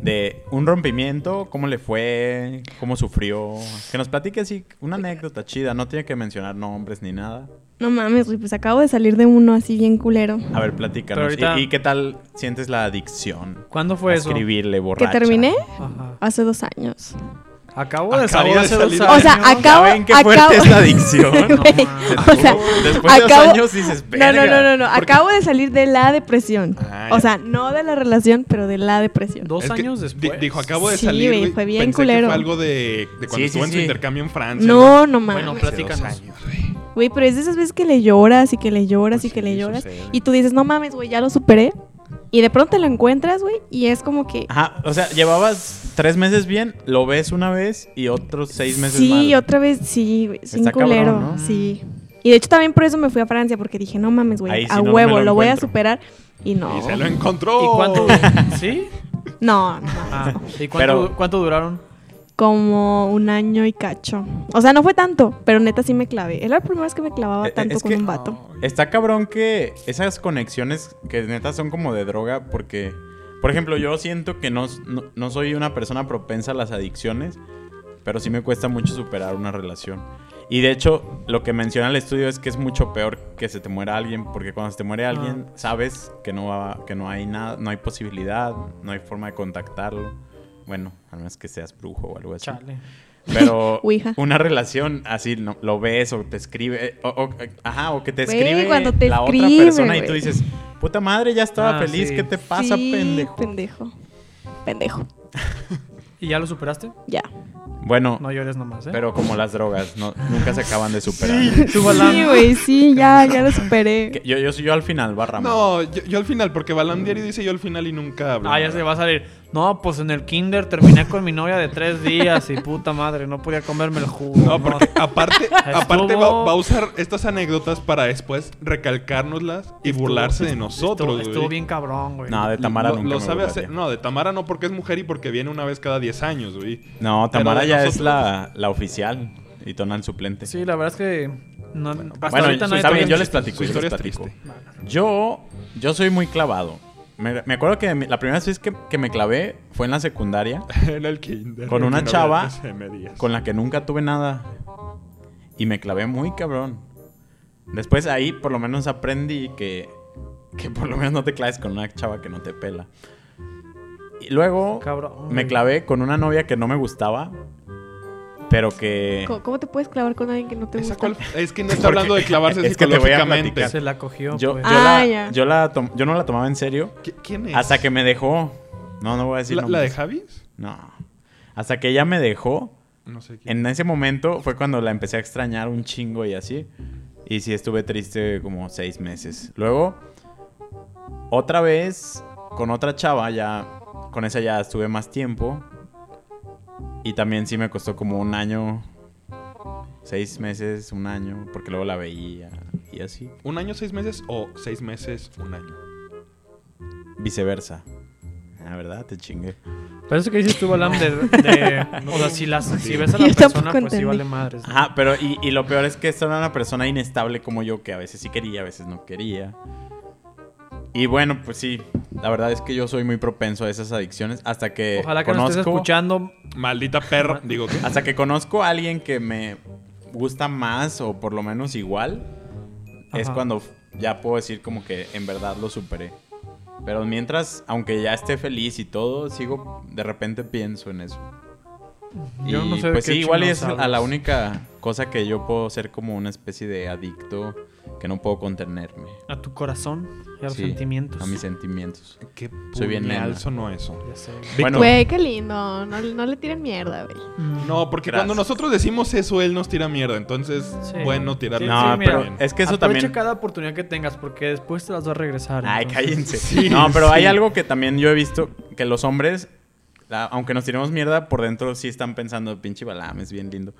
de un rompimiento, cómo le fue, cómo sufrió, que nos platique así una anécdota chida, no tiene que mencionar nombres ni nada. No mames, güey, pues acabo de salir de uno así bien culero. A ver, platícanos. Pero ahorita- ¿Y, y qué tal sientes la adicción? ¿Cuándo fue Pues eso? escribirle ¿Que borracha. terminé? Ajá. Hace dos años. Acabo de Acabo salir de hace dos salir. años. O sea, acabo. ¿Saben qué acabo... fuerte es la adicción? [LAUGHS] Güey, No, o Oh, sea, Después de acabo- dos años dices, no, no, no, no, no. Porque- Acabo de salir de la depresión. Ah, ya. o sea, no de la relación, pero de la depresión. Dos Es que años di- después. dijo, acabo de Sí, salir. güey, güey. fue bien Pensé Que culero. fue algo de, de cuando Sí, sí, estuvo en su sí. intercambio en Francia. No, no mames. Bueno, Hace dos platícanos. años, güey. Güey, pero es de esas veces que le lloras y que le lloras Pues y que sí, le lloras. sucede. Y tú dices, no mames, güey, ya lo superé. Y de pronto te lo encuentras, güey, y es como que. Ajá, o sea, llevabas tres meses bien, lo ves una vez y otros seis meses sí, mal. otra vez, sí, güey, sin Está cabrón, culero. ¿no? Sí. Y de hecho también por eso me fui a Francia, porque dije, no mames, Ahí güey, sí a no, no me huevo, lo lo, voy a encuentro. superar. Y no. Y se lo encontró. ¿Y cuánto? ¿Sí? No, no. Ah, ¿Y cuánto, Pero- cuánto duraron? Como un año y cacho. O sea, no fue tanto, pero neta sí me clavé. Era la primera vez que me clavaba Eh, eh, tanto es con que- un vato. Está cabrón que esas conexiones que neta son como de droga porque, por ejemplo, yo siento que no, no, no soy una persona propensa a las adicciones, pero sí me cuesta mucho superar una relación. Y de hecho, lo que menciona el estudio es que es mucho peor que se te muera alguien, porque cuando se te muere alguien, sabes que no, va, que no hay nada, no hay posibilidad, no hay forma de contactarlo. Bueno, al menos que seas brujo o algo así. Chale. Pero [LAUGHS] Ouija. una relación así, no, lo ves o te escribe, eh, o, o- ajá, o que te Güey, escribe cuando te la otra escribe, persona y güey. tú dices, puta madre, ya Ah, estaba feliz, sí. ¿qué te pasa, Sí, pendejo? Pendejo. Pendejo. ¿Y ya lo superaste? Ya. Bueno, No llores nomás, ¿eh? pero como las drogas, no, nunca se acaban de superar. Tú, Balam. Sí, güey, sí, ya, ya lo superé. Que Yo, yo, yo al final, barra. No, yo, yo al final, porque Balam Diario dice yo al final y nunca hablo. Ah, ya se va a salir. No, pues en el kinder terminé con mi novia de tres días y puta madre, no podía comerme el jugo. [LAUGHS] No, porque aparte, aparte va, Estuvo- va a usar estas anécdotas para después recalcárnoslas y burlarse de nosotros. Estuvo, estuvo güey. bien cabrón, güey. No, de Tamara lo, nunca. lo me sabe burlaría. hacer. No, de Tamara no, porque es mujer y porque viene una vez cada 10 años, güey. No, Pero Tamara de ya es nosotros- la, la oficial y Tona el suplente. Sí, la verdad es que no, hasta bueno, ahorita está nadie bien, yo toca- les platico. Su yo historia les es platico. triste. [LAUGHS] Yo, yo soy muy clavado. Me, me acuerdo que mi- la primera vez que, que me clavé fue en la secundaria en el kinder. Con mi una novia chava, de 13 días. con la que nunca tuve nada. Y me clavé muy cabrón. Después ahí por lo menos aprendí que, que por lo menos no te claves con una chava que no te pela. Y luego Cabrón, güey. me clavé con una novia que no me gustaba, pero que... Co- ¿Cómo te puedes clavar con alguien que no te ¿Esa gusta? cuál? Es [LAUGHS] que no Porque está hablando de clavarse es que te voy a psicológicamente. Se la cogió. Yo, pues. yo Ah, la- ya. yo la tom- yo no la tomaba en serio ¿Qui- ¿Quién es? hasta que me dejó. No, no voy a decir ¿La, la de nombres. Javis? No. Hasta que ella me dejó. No sé quién. En ese momento fue cuando la empecé a extrañar un chingo y así. Y sí estuve triste como seis meses. Luego, otra vez, con otra chava, ya. Con esa ya estuve más tiempo. Y también sí me costó como un año. Seis meses, un año. Porque luego la veía y así. ¿Un año, seis meses o seis meses, un año? Viceversa. La verdad, te chingué. Pero eso que dices tú, Balam, de, [LAUGHS] de- o sea, si, las, si ves a la Yo persona, tampoco pues sí entendí. vale madres. ¿no? Ajá, pero y, y lo peor es que esta era una persona inestable como yo, que a veces sí quería, a veces no quería. Y bueno, pues sí, la verdad es que yo soy muy propenso a esas adicciones hasta que Ojalá que no estés Eh, conozco escuchando. Maldita perra. Digo [LAUGHS] que. hasta que conozco a alguien que me gusta más o por lo menos igual es Ajá. cuando ya puedo decir como que en verdad lo superé. Pero mientras, aunque ya esté feliz y todo, sigo de repente pienso en eso. Yo Y, no sé de pues qué sí, igual y es chingados a la hablas. única cosa que yo puedo ser como una especie de adicto que no puedo contenerme. A tu corazón y a los Sí, sentimientos. A mis sentimientos. Qué Soy bien nena. alzo no eso. Ya sé. Bueno, Güey, qué lindo. No, no le tiren mierda, güey. No, porque cuando Gracias. nosotros decimos eso, él nos tira mierda. Entonces, Sí. bueno, tirarle Sí, no, sí, mira. pero es que eso Aprovecha también... cada oportunidad que tengas porque después te las va a regresar. Ay, entonces. cállense. Sí, no, pero hay sí. algo que también yo he visto, que los hombres, la- aunque nos tiremos mierda, por dentro sí están pensando, pinche balam, es bien lindo.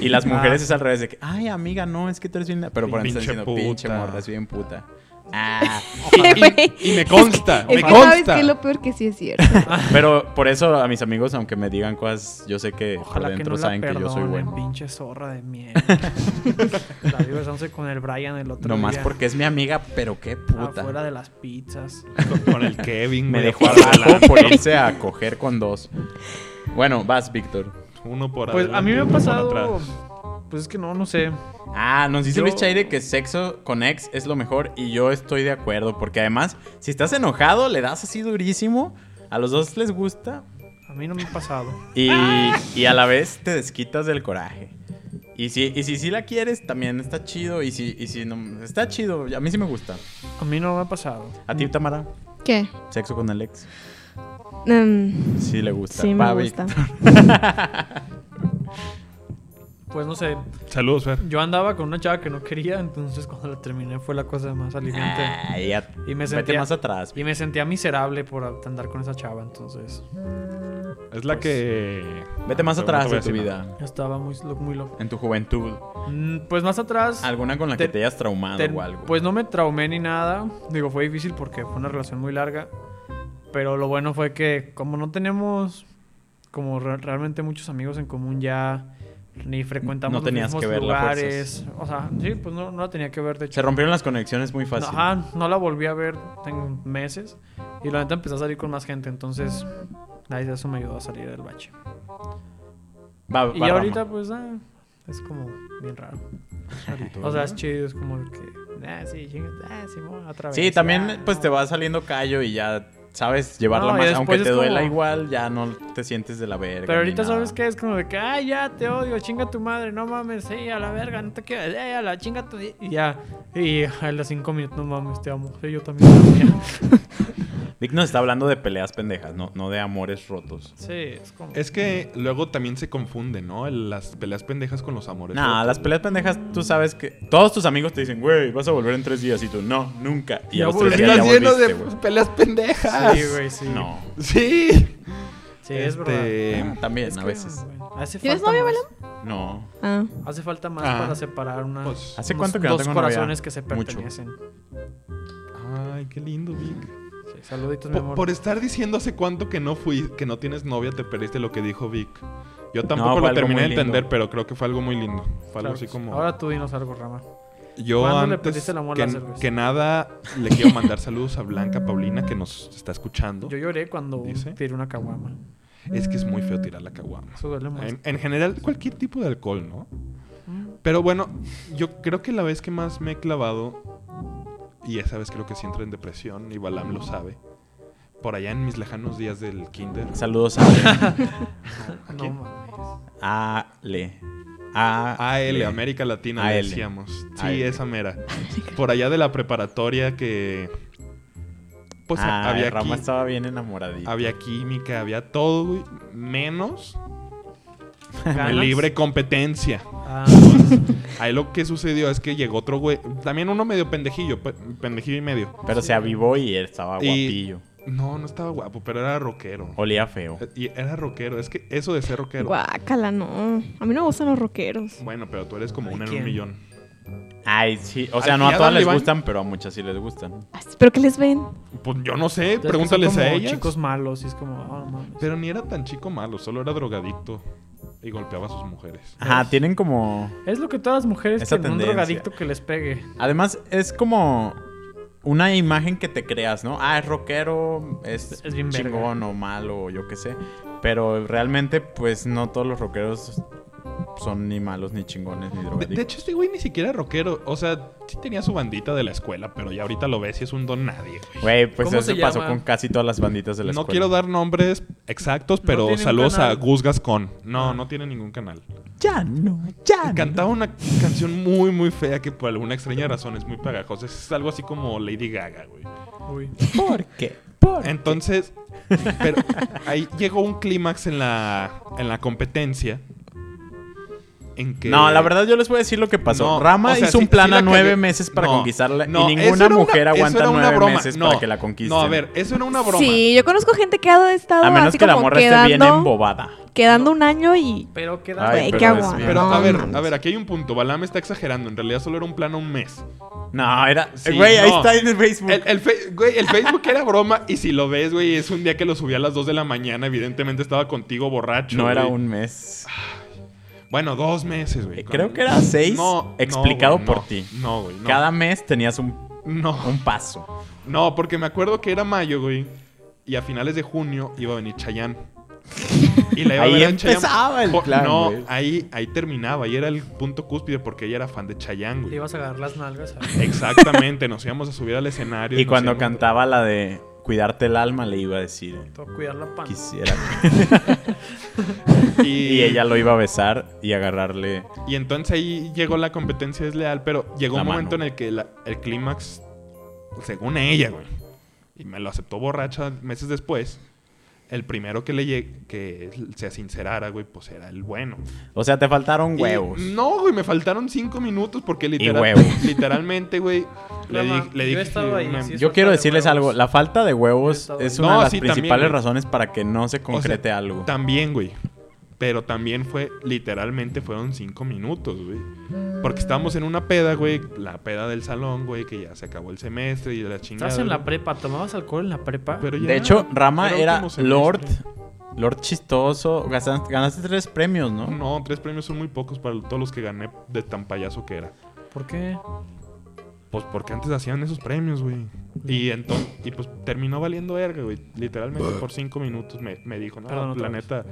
Y las mujeres Ah. es al revés, de que, ay, amiga, no, es que tú eres bien... linda", Pero por dentro Pinche están diciendo, pinche puta". morra, es bien puta. Ah, Y, y me consta, Es me que sabes consta. que es lo peor que sí es cierto. Pero por eso a mis amigos, aunque me digan cosas, yo sé que Ojalá por que dentro no la saben que yo soy perdonen, bueno. pinche zorra de [LAUGHS] mierda. la vi besándose con el Brian el otro Nomás día. porque es mi amiga, pero qué puta. Afuera de las pizzas. Con el Kevin, Me güey, dejó afuera de abajo la- por irse a coger con dos. Bueno, vas, Víctor. Uno por Pues a mí me ha adelante, uno por pasado... atrás. Pues es que no, no sé. Ah, nos dice Yo- Luis Chaire que sexo con ex es lo mejor y yo estoy de acuerdo porque además, si estás enojado, le das así durísimo, a los dos les gusta A mí no me ha pasado. y, y a la vez te desquitas del coraje. Y si, y si sí la quieres, también está chido. Y si, y si no, está chido. A mí sí me gusta. A mí no me ha pasado. A ti, Tamara, [LAUGHS] ¿Qué? sexo con el ex. Mm, Sí le gusta. sí, Va, me gusta. Víctor. Pues no sé. Saludos, Fer. Yo andaba con una chava que no quería, entonces cuando la terminé fue la cosa más aliviante. Ay, ya- Y me Ah. Vete sentía... más atrás. Y me sentía miserable por andar con esa chava, entonces... Es la que. Pues, Vete más No, no atrás te voy de a tu decir vida. Yo estaba muy, lo- muy loco. En tu juventud. Mm, Pues más atrás... Alguna con la Te- que te hayas traumado Ter- o algo. Pues no me traumé ni nada. Digo, fue difícil porque fue una relación muy larga. Pero lo bueno fue que como no tenemos como re- realmente muchos amigos en común ya, ni frecuentamos No los tenías mismos que verla a lugares. O sea, sí, pues no, no la tenía que ver, de Se hecho. rompieron las conexiones muy fácil. Ajá, no la volví a ver en meses. Y la neta empecé a salir con más gente, entonces ahí eso me ayudó a salir del bache. Va, Y va, ahorita Rama. pues ah, es como bien raro. O sea, es chido, es como el que... Ah, sí, chinga, ah, sí, otra vez. Sí, ah, también pues no. te va saliendo callo y ya sabes llevarla No, y más. después Aunque es te duela como- igual, ya no te sientes de la verga. Pero ni ahorita nada. sabes que es como de que, ay, ya te odio, chinga tu madre, no mames, sí, a la verga, no te quiero, eh, a la chinga tu. Y ya, y a los cinco minutos, no mames, te amo, sí, yo también te amo, ya. Vic nos está hablando de peleas pendejas, no, no de amores rotos. [LAUGHS] Sí, es como. Es que luego también se confunde, ¿no? El- Las peleas pendejas con los amores. Nah, rotos, las güey. peleas pendejas, tú sabes que todos tus amigos te dicen, güey, vas a volver en tres días y tú, no, nunca. Y a los tres días ya Estás lleno volviste, de güey. peleas pendejas. Sí, güey, sí. No. Sí. Sí, es verdad. Este, Ah, También, Es a que, veces. güey, hace ¿Tienes falta novia, más. No. Ah, Hace falta más Ah. para separar una, Pues, ¿Hace unos cuánto que no dos tengo novia? corazones que se Mucho. pertenecen. Ay, qué lindo, Vic. Sí, saluditos, mi Por, amor. por estar diciendo hace cuánto que no fui, que no tienes novia, te perdiste lo que dijo Vic. Yo tampoco fue lo algo terminé de muy lindo. entender, pero creo que fue algo muy lindo. Fue algo Claro así que sí. como. Ahora tú dinos algo, Rama. Yo ¿Cuándo le antes perdiste el amor a que, las cervezas? que nada le quiero mandar saludos a Blanca Paulina que nos está escuchando. Yo lloré cuando Dice. tiré una caguama. Es que es muy feo tirar la caguama. Eso duele más. En, en general, cualquier tipo de alcohol, ¿no? Mm. Pero bueno, yo creo que la vez que más me he clavado, y esa vez creo que sí entré en depresión, y Balam lo sabe, por allá en mis lejanos días del kinder. Saludos a [LAUGHS] No quién? mames. Ale. A AL, América Latina, le AL. decíamos. Sí, AL. esa mera. Por allá de la preparatoria que... Pues Ah, había Rama aquí... estaba bien enamoradito. Había química, había todo, güey, menos ¿Ganas? libre competencia. [LAUGHS] Ah, Ahí lo que sucedió es que llegó otro güey, también uno medio pendejillo, pe- pendejillo y medio. Pero se avivó y él estaba Y- guapillo. No, no estaba guapo, pero era rockero. Olía feo. Eh, Y era rockero, es que eso de ser rockero. guácala, no. A mí no me gustan los rockeros. Bueno, pero tú eres como Ay, uno en ¿quién? un millón. Eh, Ay, sí. O Al sea, no a final, todas les Iván- gustan, pero a muchas sí les gustan. Así, ¿Pero qué les ven? Pues yo no sé, es que son pregúntales como a ellos. chicos malos y es como, ah, no mames. Pero ni era tan chico malo, solo era drogadicto y golpeaba a sus mujeres. Ajá, tienen como. Es lo que todas las mujeres Esa tienen un tendencia. drogadicto que les pegue. Además, es como una imagen que te creas, ¿no? Ah, es rockero, es, Es bien verga. chingón o malo, o yo qué sé. Pero realmente, pues no todos los rockeros son ni malos, ni chingones, ni De, drogadictos. de hecho, este güey ni siquiera era rockero. O sea, sí tenía su bandita de la escuela, pero ya ahorita lo ves y es un don nadie. güey. Güey, pues ¿Cómo eso se pasó llama? con casi todas las banditas de la No escuela. quiero dar nombres exactos, pero tiene un saludos a canal. Gus Gascon. No, Ah. no tiene ningún canal. Ya no, ya Cantaba una canción muy, muy fea que por alguna extraña razón es muy pegajosa. Es algo así como Lady Gaga, güey. Uy. ¿Por qué? ¿Por qué? Entonces, pero ahí llegó un clímax en la, en la competencia. En que. No, la verdad yo les voy a decir lo que pasó. No, Rama o sea, hizo sí- un plan sí a la nueve cagué. meses para No, conquistarla no, eso y ninguna era una- mujer eso aguanta era una nueve broma. meses No, para que la conquisten. No, a ver, eso era una broma. Sí, yo conozco gente que ha estado A menos así que la como morra esté bien quedando, embobada. quedando un año y... Pero qué Ay, Güey, pero qué es aguanta. bien. Pero No, a ver, mames. a ver, aquí hay un punto. Balam está exagerando. En realidad solo era un plan a un mes. No, era. eh, Sí, güey, ahí no. está en el Facebook. El, el fe- güey, el Facebook era broma. Y si lo ves, güey, es un día que lo subí a las 2 de la mañana. Evidentemente estaba contigo borracho. no era güey. un mes. Ah, Bueno, dos meses, güey. Eh, creo que era seis, explicado güey, por no. ti. No, güey. No. Cada mes tenías un, No. un paso. No, porque me acuerdo que era mayo, güey. Y a finales de junio iba a venir Chayanne. Y la Ahí en Chayanne. empezaba el Po- plan, No, güey. ahí, ahí terminaba. Y era el punto cúspide porque ella era fan de Chayanne, Te güey. ibas a agarrar las nalgas. ¿sabes? Exactamente. nos íbamos a subir al escenario. Y nos cuando íbamos- cantaba la de cuidarte el alma, le iba a decir. Te voy a cuidar la pan. Quisiera. Y, Y ella lo iba a besar y agarrarle. y entonces ahí llegó la competencia desleal. Pero llegó La un momento mano. en el que la- el clímax, según ella, güey. Y me lo aceptó borracha meses después. El primero que le lleg- que se sincerara, güey, pues era el bueno. O sea, te faltaron Y- huevos. no, güey, me faltaron cinco minutos porque literal- huevos. literalmente, güey, le, Rama, di- le yo dije... estaba ahí, me- sí, Yo falta quiero de decirles huevos. algo. La falta de huevos Falta de es huevos. una No, de las sí, también, principales güey. razones para que no se concrete algo. También, güey. Pero también fue, literalmente fueron cinco minutos, güey. Porque estábamos en una peda, güey, la peda del salón, güey, que ya se acabó el semestre y la chingada. Estás en la güey. prepa. ¿Tomabas alcohol en la prepa? Pero ya- De hecho, Rama era era último semestre. Lord. Lord chistoso. Ganaste, ganaste tres premios, ¿no? No, tres premios son muy pocos para todos los que gané de tan payaso que era. ¿Por qué? Pues porque antes hacían esos premios, güey. Y entonces, y pues terminó valiendo verga, güey. Literalmente por cinco minutos me, me dijo, no, Perdón, la otra neta,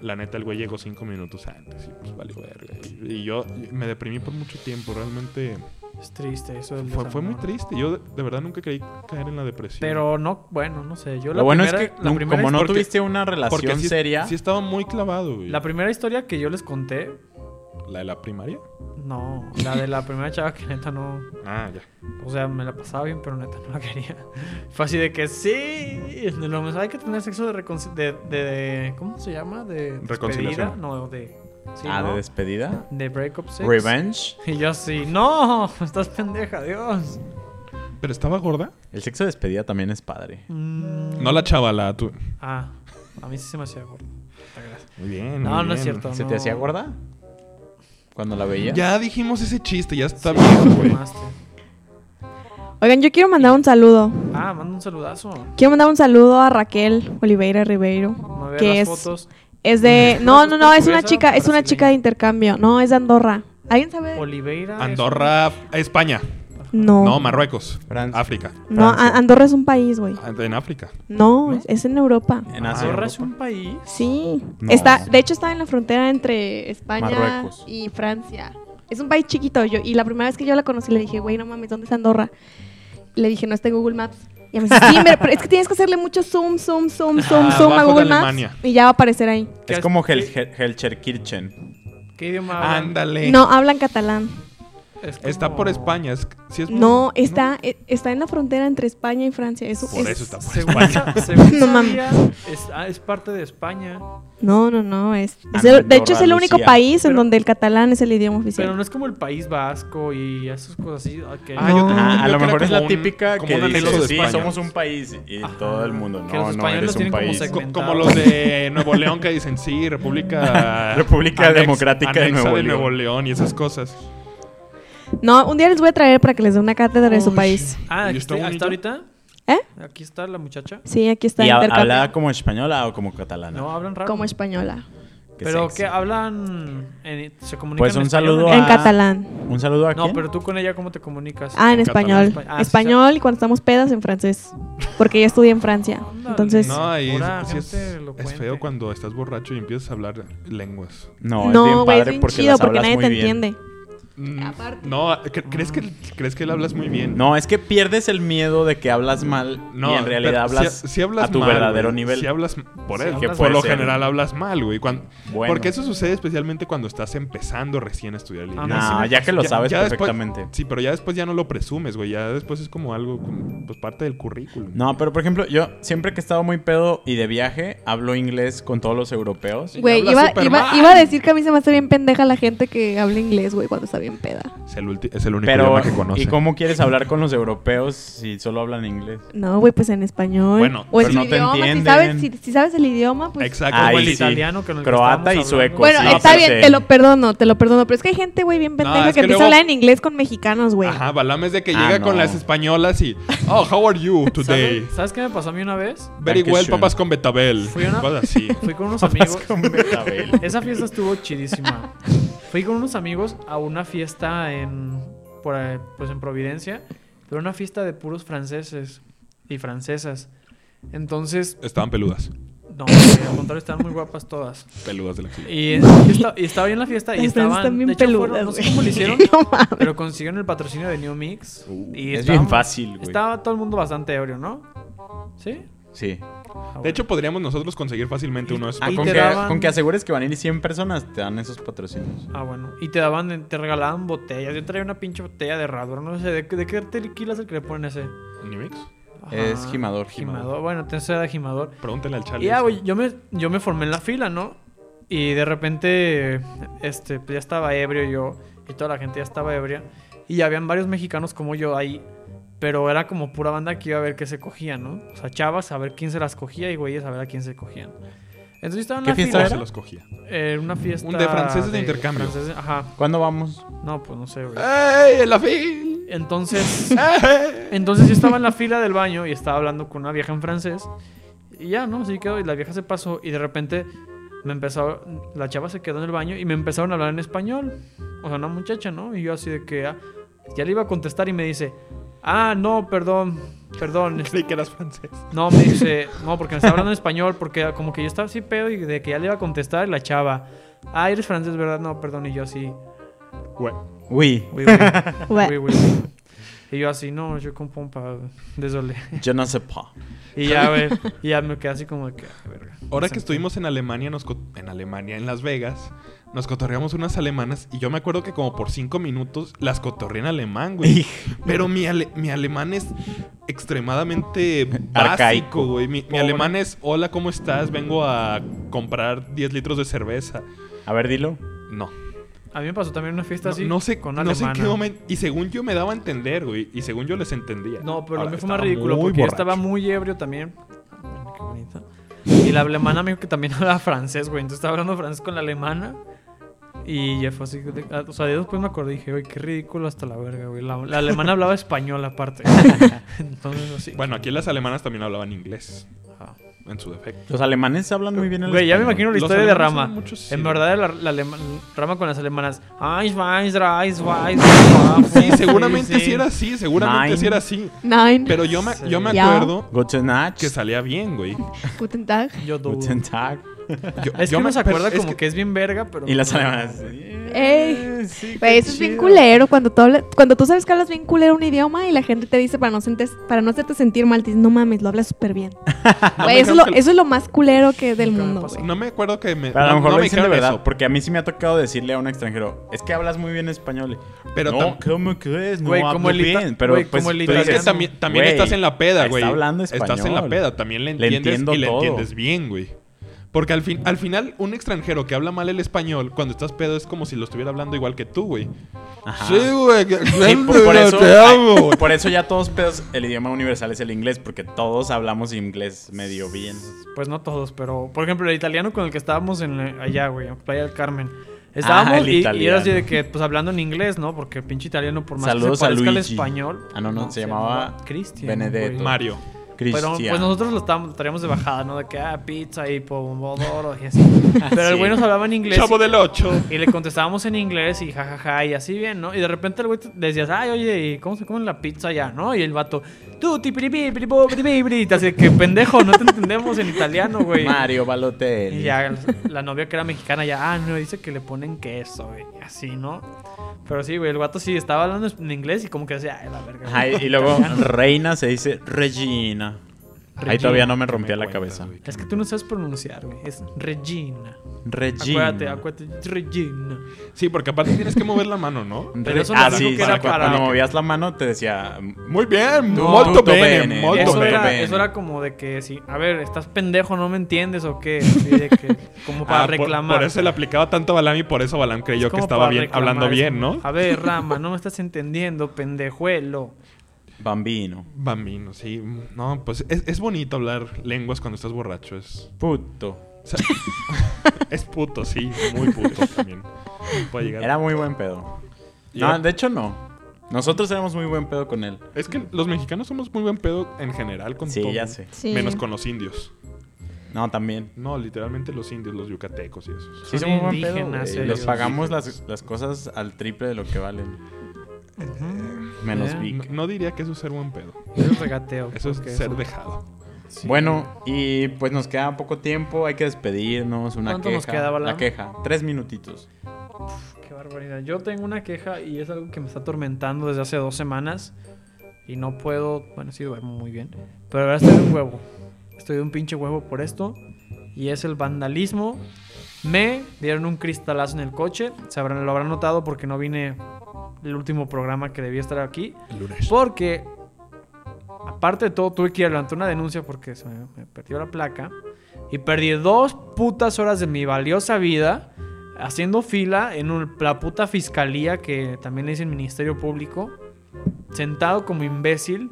la neta, el güey llegó cinco minutos antes y pues valió verga. Y, y yo me deprimí por mucho tiempo, realmente Es triste eso. del fue, fue muy desamor. triste. Yo de, de verdad nunca creí caer en la depresión. Pero no, bueno, no sé. Yo Lo la bueno primera, es que la nun- primera como no porque- tuviste una relación porque sí, seria, sí estaba muy clavado, güey. La primera historia que yo les conté ¿La de la primaria? No, la de la primera chava que neta no. Ah, ya. O sea, me la pasaba bien, pero neta no la quería. [LAUGHS] Fue así de que sí. De lo más hay que tener sexo de, reconci- de, de- de- ¿Cómo se llama? De despedida. Reconciliación. No, de. Sí, ah, ¿no? de despedida. de breakup sex. Revenge. Y yo así, no, [LAUGHS] estás pendeja, Dios. ¿Pero estaba gorda? El sexo de despedida también es padre. Mm. No la chava, la tu- Ah, a mí sí se me hacía gordo. Puta gracia. Muy bien. No, muy no es bien. cierto. ¿Se te no. hacía gorda? Cuando la veías. Ya dijimos ese chiste, ya está Sí, bien, te [LAUGHS] güey. mamaste. Oigan, yo quiero mandar un saludo. Ah, manda un saludazo. Quiero mandar un saludo a Raquel Oliveira Ribeiro. No veas que las es, fotos. es de. No, no, no, es ¿Portuguesa una o chica, es una chica brasileña? de intercambio. No, es de Andorra. ¿Alguien sabe? de- Oliveira. es- Andorra, España. No. No, Marruecos. Ah, Francia. África. Ah, No, a- Andorra es un país, güey. En África. No, ¿No? es en Europa. En Ah, Asia. Andorra es un país. Sí. No. Está, de hecho, está en la frontera entre España Marruecos. y Francia. Es un país chiquito. Yo, y la primera vez que yo la conocí le dije, güey, no mames, ¿dónde es Andorra? Le dije, no está en Google Maps. Y me dice, sí, mira, pero es que tienes que hacerle mucho zoom, zoom, zoom, zoom, Ah, zoom a abajo de Google Maps. Alemania. Y ya va a aparecer ahí. Es como Hel Hel- Helcherkirchen. ¿Qué idioma hablan? Ándale. No, hablan catalán. Es Está como- por España. Es, sí es- No, está, eh, está en la frontera entre España y Francia. Eso Por es- eso está por Según, España. [LAUGHS] sa- según No sabía, es, ah, es parte de España. No, no, no. Es, es Andorra, el- de hecho, es el único Lucía. país en Pero- donde el catalán es el idioma oficial. Pero no es como el País Vasco y esas cosas así. ah, que- Ah, yo No. tenía Ajá, a Ah, entendido lo que era mejor es como la un- típica como que un anexo dice, de sí, España. somos un país y Ajá. todo el mundo, Que los no, no españoles eres los un tienen como país. seg- Co- segmentado. como los de Nuevo León que dicen [LAUGHS] sí, República República Democrática de anexa Nuevo de Nuevo León. León y esas cosas. No, un día les voy a traer para que les dé una cátedra de su Uy. país. Ah, ¿Y aquí está está, bonito? ahorita. ¿Eh? Aquí está la muchacha. Sí, aquí está ¿Y hab- intercambio. hablaba como española o como catalana? No, hablan raro. como española. Qué Pero sexy. que hablan. en- se comunican. Pues en un español, saludo ¿no? a- En catalán. ¿Un saludo a No, quién? pero tú con ella, ¿cómo te comunicas? Ah, en En catalán. español. Ah, sí, español y cuando estamos pedas en francés. Porque yo estudié en Francia. Ándale. Entonces, no, No, y Pura sí es, gente es elocuente. feo cuando estás borracho y empiezas a hablar lenguas. No, es bien güey, padre es bien porque chido las porque hablas nadie muy te bien. entiende. Mm, Aparte. No, cre- ¿crees que, ¿crees que le hablas muy bien? No, es que pierdes el miedo de que hablas mal No, y en realidad pero hablas, si- si hablas a tu mal, verdadero güey. nivel. Si hablas por Si eso, hablas que mal. por lo Puede ser. general hablas mal, güey. Cuan- Bueno. Porque eso sucede especialmente cuando estás empezando recién a estudiar el Ah, idioma. sí No, me- ya que lo Ya- sabes ya después- perfectamente. sí, pero ya después ya no lo presumes, güey. Ya después es como algo, como, pues parte del currículum. No, pero por ejemplo, yo siempre que he estado muy pedo y de viaje, hablo inglés con todos los europeos. Sí, Güey, habla iba, súper iba, mal. iba a decir que a mí se me hace bien pendeja la gente que habla inglés, güey, cuando está bien peda. Es el, ulti- es el único Pero, idioma que conoce. ¿y cómo quieres hablar con los europeos si solo hablan inglés? No, güey, pues en español. Bueno, o pero en su no te idioma. Si entienden. sabes, si, si sabes el idioma, pues. Exacto. Como Ahí el sí. italiano con el que Croata estábamos y hablando. sueco, Bueno, sí. está pero bien, sí. te lo perdono, te lo perdono. Pero es que hay gente, güey, bien pendeja es que, que empieza luego- a hablar en inglés con mexicanos, güey. Ajá, Balam es de que Ah, llega con no. las españolas y... Oh, how are you today? [LAUGHS] ¿Sabes, ¿Sabes qué me pasó a mí una vez? Very Thank you, well, sure. papas con betabel. Fui a una- [LAUGHS] Cosas así. Fui con [LAUGHS] unos Hablas amigos. con Betabel. Esa fiesta estuvo chidísima. Fui con unos amigos a una fiesta en por, ahí, pues en Providencia, pero una fiesta de puros franceses y francesas. Entonces, Estaban peludas. no, güey, al contrario, estaban muy guapas todas. Peludas de la axila. Y, y esta- y estaba bien la fiesta y Las frases estaban están bien de hecho, fueron- peludas, no sé güey. [LAUGHS] cómo lo hicieron, No mames. pero consiguieron el patrocinio de New Mix y es estábamos- bien fácil, güey. Estaba todo el mundo bastante ebrio, ¿no? ¿Sí? Sí. Ah, De bueno. hecho, podríamos nosotros conseguir fácilmente uno de esos. Ah, Y con, te que, daban- con que asegures que van a ir 100 personas, te dan esos patrocinios. Ah, bueno. Y te daban, te regalaban botellas. Yo traía una pinche botella de herradura. No sé, ¿de, qué- de qué tequila es el que le ponen ese? ¿New Mix? Ajá. Es gimador, Gimador. gimador. Bueno, entonces era gimador. Pregúntale al Charlie. Y ya, güey, yo me, yo me formé en la fila, ¿no? Y de repente, este, pues ya estaba ebrio yo. Y toda la gente ya estaba ebria. Y ya habían varios mexicanos como yo ahí. Pero era como pura banda que iba a ver qué se cogía, ¿no? O sea, chavas a ver quién se las cogía y güeyes a ver a quién se cogían. Entonces yo estaba en ¿Qué la fiesta fila. se los cogía. Eh, una fiesta. Un de franceses de intercambio. franceses- Ajá. ¿Cuándo vamos? No, pues no sé, güey. ¡Ey, en la fil! [LAUGHS] Entonces, ¡Ey! entonces yo estaba en la fila del baño y estaba hablando con una vieja en francés. Y ya, ¿no? Así quedó. Y la vieja se pasó y de repente me empezó... La chava se quedó en el baño y me empezaron a hablar en español. O sea, una muchacha, ¿no? Y yo así de que... ah, ya le iba a contestar y me dice... Ah, no, perdón. Perdón. [LAUGHS] Creí que eras francés. No, me dice, no, porque me estaba hablando en español, porque como que yo estaba así pedo y de que ya le iba a contestar y la chava, ah, eres francés, ¿verdad? No, perdón, y yo así, Güey. Uy, oui, oui, Güey. oui, oui, oui". Y yo así, no, yo comprends pas, désolé. yo no sé pa. Y ya, güey, y ya me quedé así como de que, "Ah, verga". Ahora que estuvimos en Alemania, nos co- en Alemania, en Las Vegas, Nos cotorreamos unas alemanas y yo me acuerdo que como por cinco minutos las cotorreé en alemán, güey. Pero mi, ale- mi alemán es extremadamente Arcaico. básico, güey. Mi, mi Pobre. alemán es, hola, ¿cómo estás? Vengo a comprar 10 litros de cerveza. A ver, dilo. No. A mí me pasó también una fiesta No, así. no sé, con una no sé en alemana. qué momento. Y según yo me daba a entender, güey. Y según yo les entendía. No, pero lo Ahora, mío fue más estaba ridículo muy porque yo borracho. estaba muy ebrio también. Ay, Qué bonito. Y la alemana me dijo que también [LAUGHS] hablaba francés, güey. Entonces estaba hablando francés con la alemana. Y ya fue así. de- ah, O sea, de después me acordé y dije, güey, qué ridículo hasta la verga, güey. La, la alemana hablaba español aparte. [LAUGHS] Entonces, así. Bueno, aquí las alemanas también hablaban inglés. Ajá. En su defecto. Los alemanes hablan muy bien el Güey, ya me español. imagino la Los historia de alemanes Rama. eran muchos, en sí. verdad, la, la alema- Rama con las alemanas. Ay, Schweiz, Reis, Schweiz, [LAUGHS] Sí, seguramente sí, era así, seguramente Nine. sí era así. Nine. Pero yo me, yo me Sí. Ya. acuerdo Guten Tag. que salía bien, güey. Guten [LAUGHS] Tag. Yo dudo. Guten Tag. Yo- Es que yo me uno se acuerda pero es como que... es bien verga, pero. Y las alemanas. Ey. Sí, Güey, qué eso es bien chido. culero. Cuando tú, hablas- cuando tú sabes que hablas bien culero un idioma y la gente te dice para no, sentes- para no hacerte sentir mal, te dice, no mames, lo hablas súper bien. No Güey, me dijeron eso, es lo- que- eso es lo más culero que es del Nunca me mundo, pasó. güey. No me acuerdo que me. Pero a no- lo mejor no lo me dicen de dijeron verdad, eso, porque a mí sí me ha tocado decirle a un extranjero, es que hablas muy bien español. Pero no, tam- ¿cómo crees? No Güey, hablo como el ita- bien. Pero güey, pues, como el tú Pero es italiano. que dices, también, también "Güey, estás en la peda, güey. Está hablando español. Estás en la peda, también le Le entiendes entiendo y le todo. entiendes bien, güey. Porque al, fin, al final, un extranjero que habla mal el español, cuando estás pedo, es como si lo estuviera hablando igual que tú, güey. Ajá. güey. que- Sí, por, por te eso, amo, ay, güey. [LAUGHS] por eso ya todos pedos, el idioma universal es el inglés, porque todos hablamos inglés medio bien. Pues no todos, pero por ejemplo, el italiano con el que estábamos en la- allá, güey, en Playa del Carmen. Estábamos Ah, el y, y era así italiano. de que, pues hablando en inglés, ¿no? Porque el pinche italiano, por más Saludos que a se parezca al Luigi. español. Ah, no, no, se llamaba Cristian. Benedetto. güey. Mario. Pero Cristian. pues nosotros lo estábamos, lo traíamos de bajada, ¿no? De que, ah, pizza y pomodoro y [LAUGHS] así. Pero el güey nos hablaba en inglés. Chavo del 8. Y le contestábamos en inglés y jajaja y así bien, ¿no? Y de repente el güey te- le decías, ay, oye, ¿y cómo se come la pizza ya, no? Y el vato, tú, ti, piri, piri, piri, po, piri, piri, piri. Y te hace que pendejo, no te entendemos en italiano, güey. Mario Balotelli. Y ya la novia que era mexicana ya, ah, no, dice que le ponen queso, güey. Y así, ¿no? Pero sí, güey, el vato sí estaba hablando en inglés y como que decía, ay, la verga. güey". Ajá, y [LAUGHS] y luego Reina se dice Regina. Ahí Regina. todavía no me rompía Me la cuentas, cabeza. güey. Es que tú no sabes pronunciar, güey. Es Regina. Regina. Acuérdate, acuérdate, Regina. Sí, porque aparte tienes que mover la mano, ¿no? Pero eso Re- ah, nos dijo sí, que era sí, cu- para- Cuando movías la mano te decía. Muy bien, No, molto tutto bene, bene, molto Eso Hombre, era, bene. ven. eso era como de que si, a ver, estás pendejo, no me entiendes o [LAUGHS] qué, Así de que- como para Ah, por- reclamar. Por, eso le aplicaba tanto a Balam y por eso Balam creyó que Como estaba para bien, reclamar, hablando es bien, como, ¿no? A ver, [LAUGHS] Rama, no me estás entendiendo, pendejuelo. Bambino. Bambino, sí. No, pues es, es bonito hablar lenguas cuando estás borracho. Es, Puto. o sea, [LAUGHS] es puto, sí. Muy puto también. Puede llegar. Era muy buen pedo. Y No, era- de hecho no. Nosotros éramos muy buen pedo con él. Es que los mexicanos somos muy buen pedo en general con Sí, todo. ya sé. Sí. Menos con los indios. No, también. No, literalmente los indios, los yucatecos y esos. Sí, Son somos buen pedo. indígenas güey. ellos. Les Eh, pagamos las, las cosas al triple de lo que valen. Menos Eh, No, Vic. no diría que eso es ser buen pedo. Eso es regateo. Eso es porque ser [LAUGHS] dejado. sí. Bueno, y pues nos queda poco tiempo. Hay que despedirnos. Una ¿Cuánto queja. nos queda, Bala? La queja. Tres minutitos. Qué barbaridad. Yo tengo una queja y es algo que me está atormentando desde hace dos semanas. Y no puedo. Bueno, sí duermo muy bien. Pero ahora estoy de un huevo. Estoy de un pinche huevo por esto. Y es el vandalismo. Me dieron un cristalazo en el coche. Se habrán, lo habrán notado porque no vine el último programa que debía estar aquí. El lunes. Porque, aparte de todo, tuve que ir a levantar una denuncia porque se me, me perdió la placa. Y perdí dos putas horas de mi valiosa vida haciendo fila en un- la puta fiscalía que también le dice el Ministerio Público. Sentado como imbécil,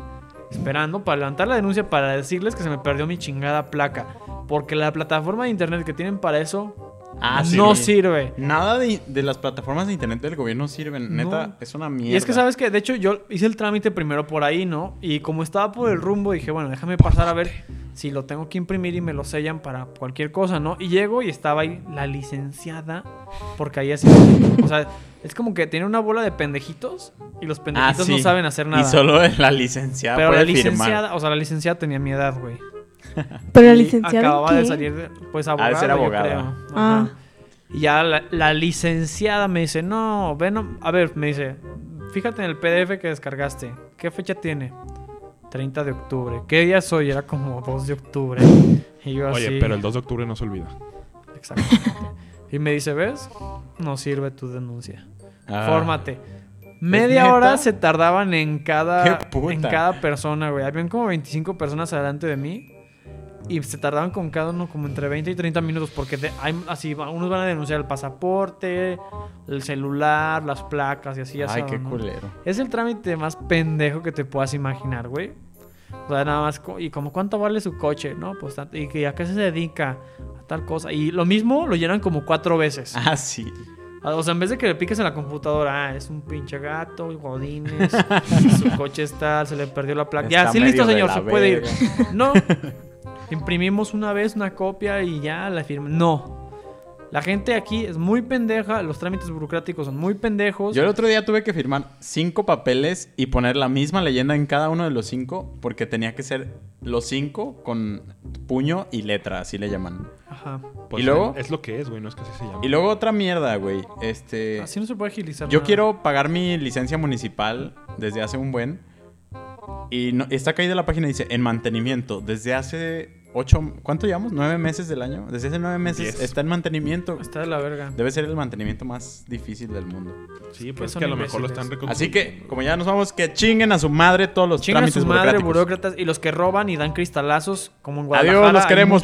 esperando para levantar la denuncia para decirles que se me perdió mi chingada placa. Porque la plataforma de internet que tienen para eso Ah, sí. no sirve. Nada de, de las plataformas de internet del gobierno sirven. Neta, No. es una mierda. Y es que sabes que, de hecho, yo hice el trámite primero por ahí, ¿no? Y como estaba por el rumbo, dije, bueno, déjame pasar a ver si lo tengo que imprimir y me lo sellan para cualquier cosa, ¿no? Y llego y estaba ahí la licenciada, porque ahí así. O sea, es como que tiene una bola de pendejitos y los Ah, pendejitos no sí. saben hacer nada. Y solo la licenciada Pero puede la firmar. licenciada, o sea, la licenciada tenía mi edad, güey. Pero la Y licenciada. Acababa ¿en de qué? salir, de, pues, de abogada. ser yo abogada. creo. Ajá. Ah. Y ya la, la licenciada me dice, no, ven, a- a ver, me dice, fíjate en el PDF que descargaste. ¿Qué fecha tiene? 30 de octubre. ¿Qué día soy? Era como 2 de octubre. Y yo así. Oye, pero el 2 de octubre no se olvida. Exactamente. Y me dice, ¿ves? No sirve tu denuncia. Ah. Fórmate. Media neta? hora se tardaban en cada, ¡Qué puta! en cada persona, güey. Habían como 25 personas adelante de mí. Y se tardaban con cada uno como entre 20 y 30 minutos. Porque de- hay- así, va- unos van a denunciar el pasaporte, el celular, las placas y así. Ah. Ay, asado, qué ¿no? culero. Es el trámite más pendejo que te puedas imaginar, güey. O sea, nada más, co- y como cuánto vale su coche, ¿no? Pues tanto- y que a qué se dedica, a tal cosa. Y lo mismo lo llenan como cuatro veces. Ah, sí. O sea, en vez de que le piques en la computadora, ah, es un pinche gato, [LAUGHS] godines, su coche está, se le perdió la placa. Ya, Está sí, listo, medio señor, de la se puede ir. verga. [LAUGHS] No. Imprimimos una vez una copia y ya la firma. No. La gente aquí es muy pendeja, los trámites burocráticos son muy pendejos. Yo el otro día tuve que firmar cinco papeles y poner la misma leyenda en cada uno de los cinco porque tenía que ser los cinco con puño y letra, así le llaman. Ajá. Pues, ¿Y luego? Es lo que es, güey, no es que así se llama. Y luego otra mierda, güey. Este, Así no se puede agilizar. yo nada. quiero pagar mi licencia municipal desde hace un buen y no- está caída la página y dice en mantenimiento desde hace ocho, ¿cuánto llevamos? Nueve meses del año. Desde hace nueve meses Diez. está en mantenimiento. Está de la verga. Debe ser el mantenimiento más difícil del mundo. Sí, que pues es son que a lo mejor lo imbéciles. están reconstruyendo. Así que, como ya nos vamos, que chinguen a su madre todos los Chingan a trámites su madre, burocráticos. burócratas. Y los que roban y dan cristalazos, como en Guadalajara. Adiós, los hay queremos.